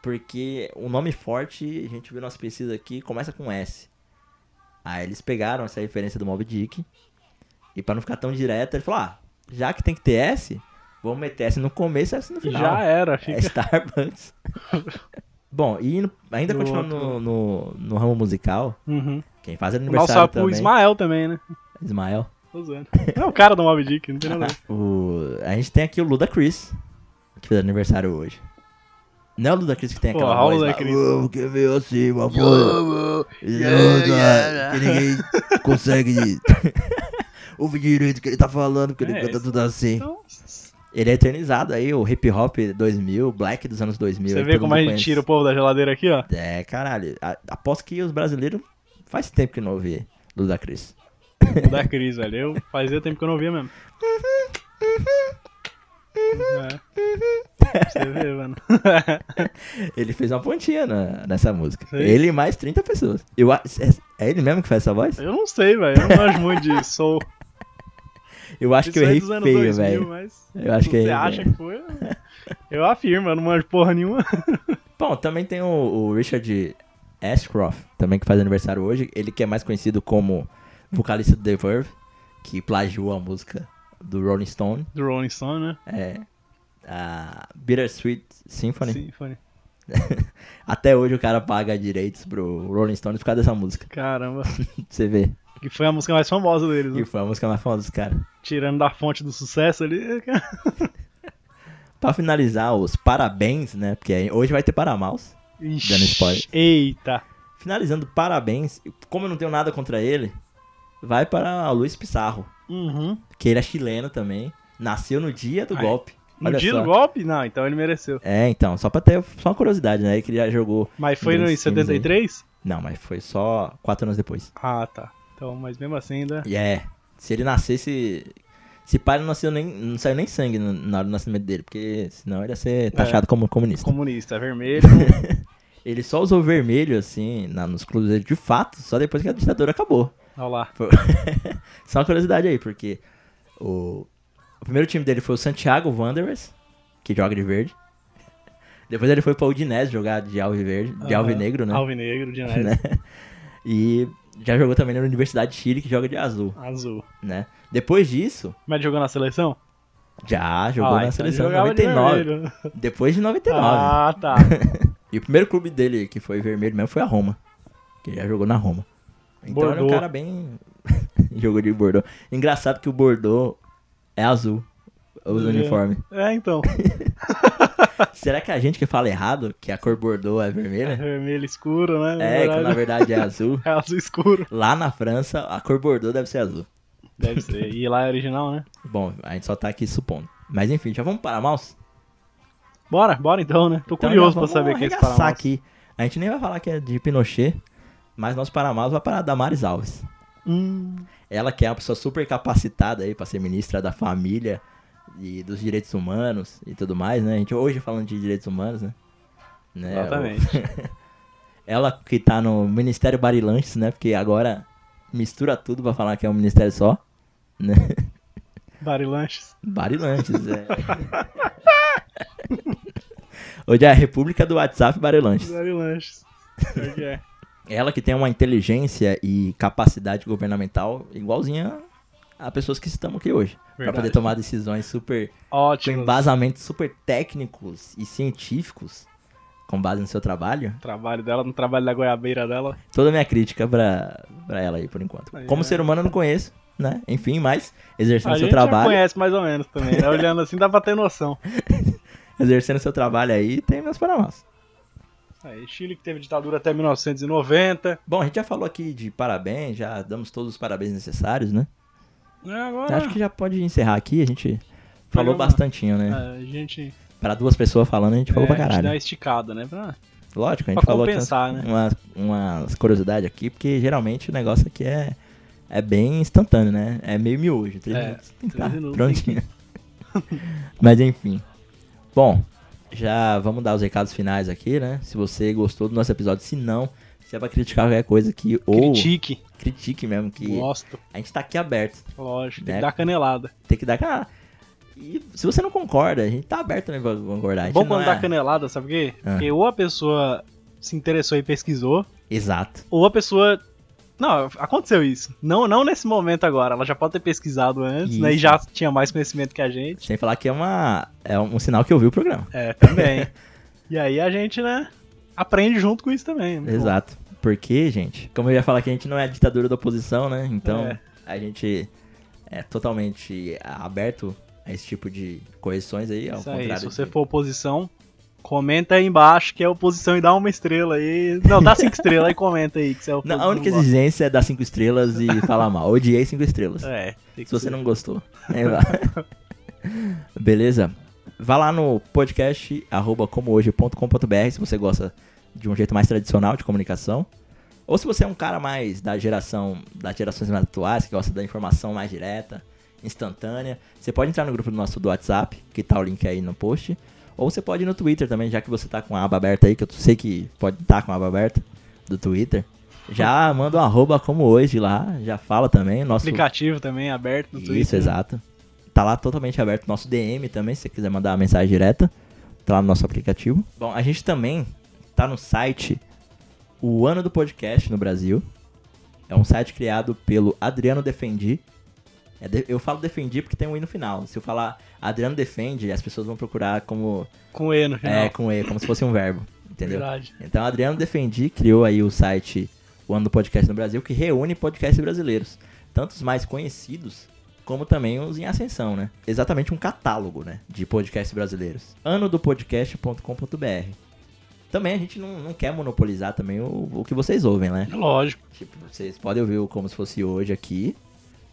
A: porque o nome forte, a gente viu nas pesquisas aqui, começa com S. Aí eles pegaram essa referência do Mob Dick, e pra não ficar tão direto, ele falou, ah, já que tem que ter S, vamos meter S no começo e S no final.
B: Já era,
A: É
B: fica. <laughs>
A: Starbucks. Bom, e no- ainda
B: No
A: continuando no,
B: outro-
A: no, no ramo musical,
B: Uhum.
A: quem faz
B: Nossa,
A: aniversário
B: pro
A: também...
B: Ismael também, né?
A: Ismael.
B: Tô zoando. É o cara do Mob Dick, não tem nada a ver.
A: O- a gente tem aqui o Luda Chris, que fez aniversário hoje. Não é o Luda Chris que tem
B: Pô,
A: aquela
B: olha o
A: voz lá,
B: Ludacris.
A: "Oh, que veio assim, uma voz idiota, que ninguém
B: <laughs>
A: consegue <laughs> ouvir direito o que ele tá falando, porque ele
B: É,
A: canta
B: esse-
A: tudo assim.
B: Então,
A: Ele é eternizado aí, o hip hop 2000, black dos anos 2000.
B: você
A: aí
B: vê
A: todo
B: como a
A: mundo
B: gente
A: conhece.
B: tira o povo da geladeira aqui, ó.
A: É, caralho, a- aposto que os brasileiros faz tempo que não ouvem Luda Chris.
B: O da Cris, velho. Eu fazia tempo que eu não via mesmo.
A: <laughs>
B: É. Você vê, mano. <laughs>
A: Ele fez uma pontinha na- nessa música.
B: Sim.
A: Ele e mais 30 pessoas. Eu, a- é, é ele mesmo que faz essa voz?
B: Eu não sei, velho. Eu não gosto muito de soul.
A: Eu acho que eu
B: Isso aí
A: errei
B: dos anos né?
A: feio,
B: 2000,
A: velho.
B: Mas
A: Eu acho que eu
B: você
A: errei
B: acha
A: feio.
B: que foi? Eu afirmo, eu não manjo porra nenhuma. <laughs>
A: Bom, também tem o, o Richard Ashcroft, também que faz aniversário hoje. Ele que é mais conhecido como vocalista do The Verve, que plagiou a música do Rolling Stone.
B: Do Rolling Stone, né?
A: É, a Bittersweet Symphony. <laughs>
B: Symphony.
A: Até hoje o cara paga direitos pro Rolling Stones por causa dessa música.
B: Caramba.
A: Você vê.
B: Que foi a música mais famosa deles, né?
A: E foi a música mais famosa dos caras.
B: Tirando da fonte do sucesso ali. <laughs>
A: Pra finalizar, os parabéns, né? Porque hoje vai ter Paramaus.
B: Ixi,
A: Dando spoiler.
B: Eita.
A: Finalizando, parabéns. Como eu não tenho nada contra ele, vai para o Luiz Pissarro.
B: Uhum.
A: Que ele é chileno também. Nasceu no dia do
B: Ai,
A: golpe.
B: No
A: Olha
B: dia
A: só.
B: do golpe? Não, então ele mereceu.
A: É, então, só pra ter só uma curiosidade, né? Que ele já jogou.
B: Mas foi no, em
A: dois times aí.
B: 73?
A: Não, mas foi só quatro anos depois.
B: Ah, tá. Então, mas mesmo assim ainda.
A: E é. Se ele nascesse. Se pai não nasceu nem. não saiu nem sangue no- na hora do nascimento dele, porque senão ele ia
B: É.
A: ser taxado como comunista.
B: Comunista, vermelho. <laughs>
A: Ele só usou vermelho, assim, na, nos cruzeiros de fato, só depois que a ditadura acabou.
B: Olha lá.
A: Foi- Só uma curiosidade aí, porque o... o primeiro time dele foi o Santiago Wanderers, que joga de verde. <laughs> Depois ele foi pra Udinese jogar de alviverde, de
B: Aham.
A: alvinegro, né?
B: Alvinegro, de neve.
A: Né? <laughs> E já jogou também na Universidade de Chile, que joga de azul,
B: Azul.
A: né? Depois disso,
B: Mas jogou na seleção?
A: já jogou
B: Ah,
A: na
B: então
A: seleção
B: ele
A: de
B: jogava de
A: 99.
B: vermelho.
A: depois de 99.
B: Ah, tá.
A: <laughs> E o primeiro clube dele que foi vermelho mesmo foi a Roma. Que ele já jogou na Roma. Então era um
B: Bordeaux.
A: cara bem. <laughs> jogou de Bordeaux. Engraçado que o Bordeaux é azul. Os
B: É.
A: uniformes. <laughs>
B: É, então.
A: Será que é a gente que fala errado, que a cor Bordeaux é vermelha?
B: Vermelho escuro, né? Na
A: É, que na
B: verdade,
A: verdade é azul.
B: é <laughs> azul escuro.
A: Lá na França, a cor Bordeaux deve ser azul.
B: Deve ser. E lá é original, né?
A: Bom, a gente só tá aqui supondo. Mas enfim, já vamos para a mouse?
B: Bora, bora então, né? Tô
A: Então
B: curioso
A: já
B: pra
A: vamos
B: saber quem é esse
A: arregaçar
B: Panamá.
A: aqui. A gente nem vai falar que é de Pinochet, mas nosso Paramaus vai para a Damares Alves.
B: Hum,
A: Ela que é uma pessoa super capacitada aí para ser ministra da família e dos direitos humanos e tudo mais, né? A gente hoje falando de direitos humanos, né? Né, o-
B: exatamente.
A: <laughs> Ela que tá no Ministério Barilanches, né? Porque agora mistura tudo para falar que é um ministério só, né? <laughs>
B: Barilanches.
A: Barilanches, é. Hoje é a República do WhatsApp Barilanches.
B: Barilanches. Pior que é.
A: Ela que <laughs> tem uma inteligência e capacidade governamental igualzinha a pessoas que estamos aqui hoje. Pra
B: Verdade.
A: poder tomar decisões super com
B: Ótimo.
A: embasamentos super técnicos e científicos com base no seu trabalho.
B: O trabalho dela, no trabalho da goiabeira dela.
A: Toda a minha crítica pra, pra ela aí, por enquanto.
B: Aí,
A: Como
B: é.
A: ser humano eu não conheço, né? Enfim, mas
B: A
A: exercendo
B: gente
A: seu
B: já
A: trabalho,
B: conhece mais ou menos também. Né? Olhando assim dá pra ter noção.
A: exercendo seu trabalho aí, tem meus parabéns.
B: Aí, Chile que teve ditadura até 1990.
A: Bom, a gente já falou aqui de parabéns, já damos todos os parabéns necessários, né?
B: É, agora
A: Acho que já pode encerrar aqui, a gente falou
B: Melhor não.
A: bastantinho, né?
B: a gente,
A: Pra duas pessoas falando, a gente falou
B: é,
A: pra
B: a gente dá
A: caralho.
B: uma esticada, né? Pra-
A: Lógico, a gente
B: pra
A: falou
B: compensar,
A: aqui
B: né?
A: umas, umas, umas curiosidades aqui, porque geralmente o negócio aqui é, é bem instantâneo, né? É meio miojo. Três
B: É,
A: minutos tem que
B: três
A: tá
B: minutos
A: prontinho. <laughs> Mas enfim. Bom, já vamos dar os recados finais aqui, né? Se você gostou do nosso episódio, se não, se é pra criticar qualquer coisa aqui, ou
B: Critique,
A: critique mesmo, que
B: gosto,
A: a gente tá aqui aberto.
B: lógico, tem
A: Né?
B: que dar canelada.
A: Tem que dar aquela... E se você não concorda, a gente tá aberto também pra concordar. A gente
B: Bom
A: não
B: quando
A: é-
B: dá canelada, sabe por quê?
A: Ah.
B: Porque ou a pessoa se interessou e pesquisou,
A: Exato.
B: ou a pessoa. Não, aconteceu isso. Não, não nesse momento agora. Ela já pode ter pesquisado antes, né? E
A: Isso.
B: já tinha mais conhecimento que a gente.
A: Sem falar que é, uma, é um sinal que eu vi o programa. <laughs>
B: É, também. e aí a gente, né? Aprende junto com isso também. né?
A: Exato. Porque, gente, como eu ia falar que a gente não é a ditadura da oposição, né? Então
B: É.
A: a gente é totalmente aberto a esse tipo de correções aí, ao
B: Isso aí,
A: É contrário.
B: se você
A: de-
B: for oposição, comenta aí embaixo que é oposição e dá uma estrela aí. Não,
A: <laughs>
B: dá cinco estrelas e comenta aí que você é
A: Não,
B: oposição.
A: a única exigência é dar cinco estrelas
B: <laughs>
A: e falar mal. Odiei cinco estrelas.
B: É, tem que
A: se você
B: ser.
A: não gostou. Aí lá.
B: <laughs>
A: Beleza? Vá lá no podcast arroba comohoje.com.br se você gosta de um jeito mais tradicional de comunicação. Ou se você é um cara mais da geração, das gerações mais atuais, que gosta da informação mais direta, instantânea, você pode entrar no grupo do nosso do WhatsApp, que tá o link aí no post. Ou você pode ir no Twitter também, já que você tá com a aba aberta aí, que eu sei que pode estar com a aba aberta do Twitter. Já manda um arroba como hoje lá, já fala também. Nosso
B: Aplicativo também aberto no Twitter.
A: isso, exato. Tá lá totalmente aberto nosso DM também, se você quiser mandar uma mensagem direta. Tá lá no nosso aplicativo. Bom, a gente também tá no site O Ano do Podcast no Brasil. É um site criado pelo Adriano Defendi. É de- eu falo Defendi porque tem um i no final. Se eu falar Adriano Defende, as pessoas vão procurar como
B: Com E no final.
A: é, com e, como se fosse um verbo, entendeu?
B: Verdade.
A: Então, Adriano Defendi criou aí o site o ano do podcast no Brasil, que reúne podcasts brasileiros. Tanto os mais conhecidos, como também os em ascensão, né? Exatamente um catálogo, né? De podcasts brasileiros. Ano do podcast.com.br. Também a gente não, não quer monopolizar também o, o que vocês ouvem, né?
B: Lógico.
A: Tipo, vocês podem ouvir o como se fosse hoje aqui.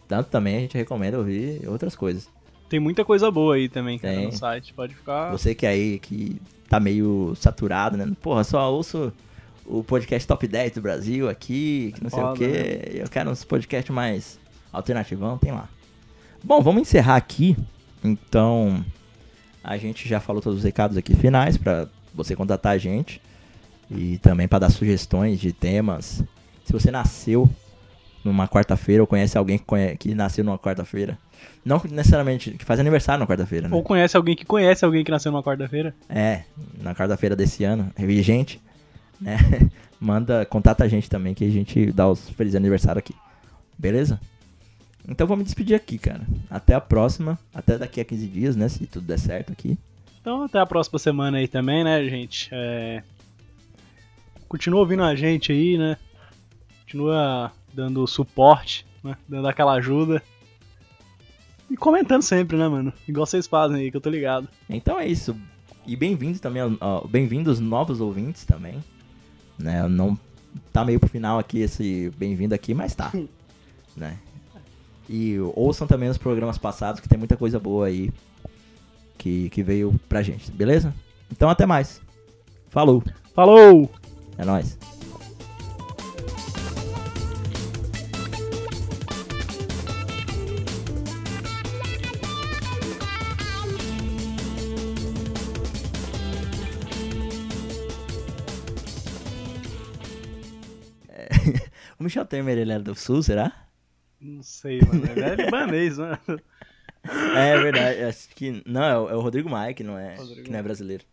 A: Tanto também a gente recomenda ouvir outras coisas.
B: Tem muita coisa boa aí também, cara,
A: Tem.
B: no site. Pode ficar.
A: Você que aí que tá meio saturado, né? Porra, só ouço o podcast top 10 do Brasil aqui, que não sei o
B: Foda,
A: quê. Eu quero uns podcasts mais alternativão, tem lá. Bom, vamos encerrar aqui. Então, a gente já falou todos os recados aqui finais pra você contatar a gente e também pra dar sugestões de temas. Se você nasceu numa quarta-feira ou conhece alguém que, conhe- que nasceu numa quarta-feira, não necessariamente que faz aniversário na quarta-feira, né?
B: Ou conhece alguém que conhece alguém que nasceu numa quarta-feira?
A: É, na quarta-feira desse ano, vigente, né? <laughs> Manda, contata a gente também que a gente dá os felizes aniversário aqui. Beleza? Então vou me despedir aqui, cara. Até a próxima, até daqui a 15 dias, né, se tudo der certo aqui.
B: Então até a próxima semana aí também, né, gente? É... Continua ouvindo a gente aí, né? Continua dando suporte, né? Dando aquela ajuda. E comentando sempre, né, mano? Igual vocês fazem aí, que eu tô ligado.
A: Então é isso. E bem-vindos também, ao- ao- bem-vindos novos ouvintes também. Né, não tá meio pro final aqui esse bem-vindo aqui, mas tá, né? E ouçam também os programas passados que tem muita coisa boa aí que, que veio pra gente, beleza? Então até mais. Falou.
B: Falou!
A: É nóis. É, <laughs> O Michel Temer, ele era do Sul, será?
B: Não sei, mano. É libanês, mano.
A: É verdade, acho que... Não, é o, é o Rodrigo Maia, que não é,
B: Rodrigo
A: que não é brasileiro.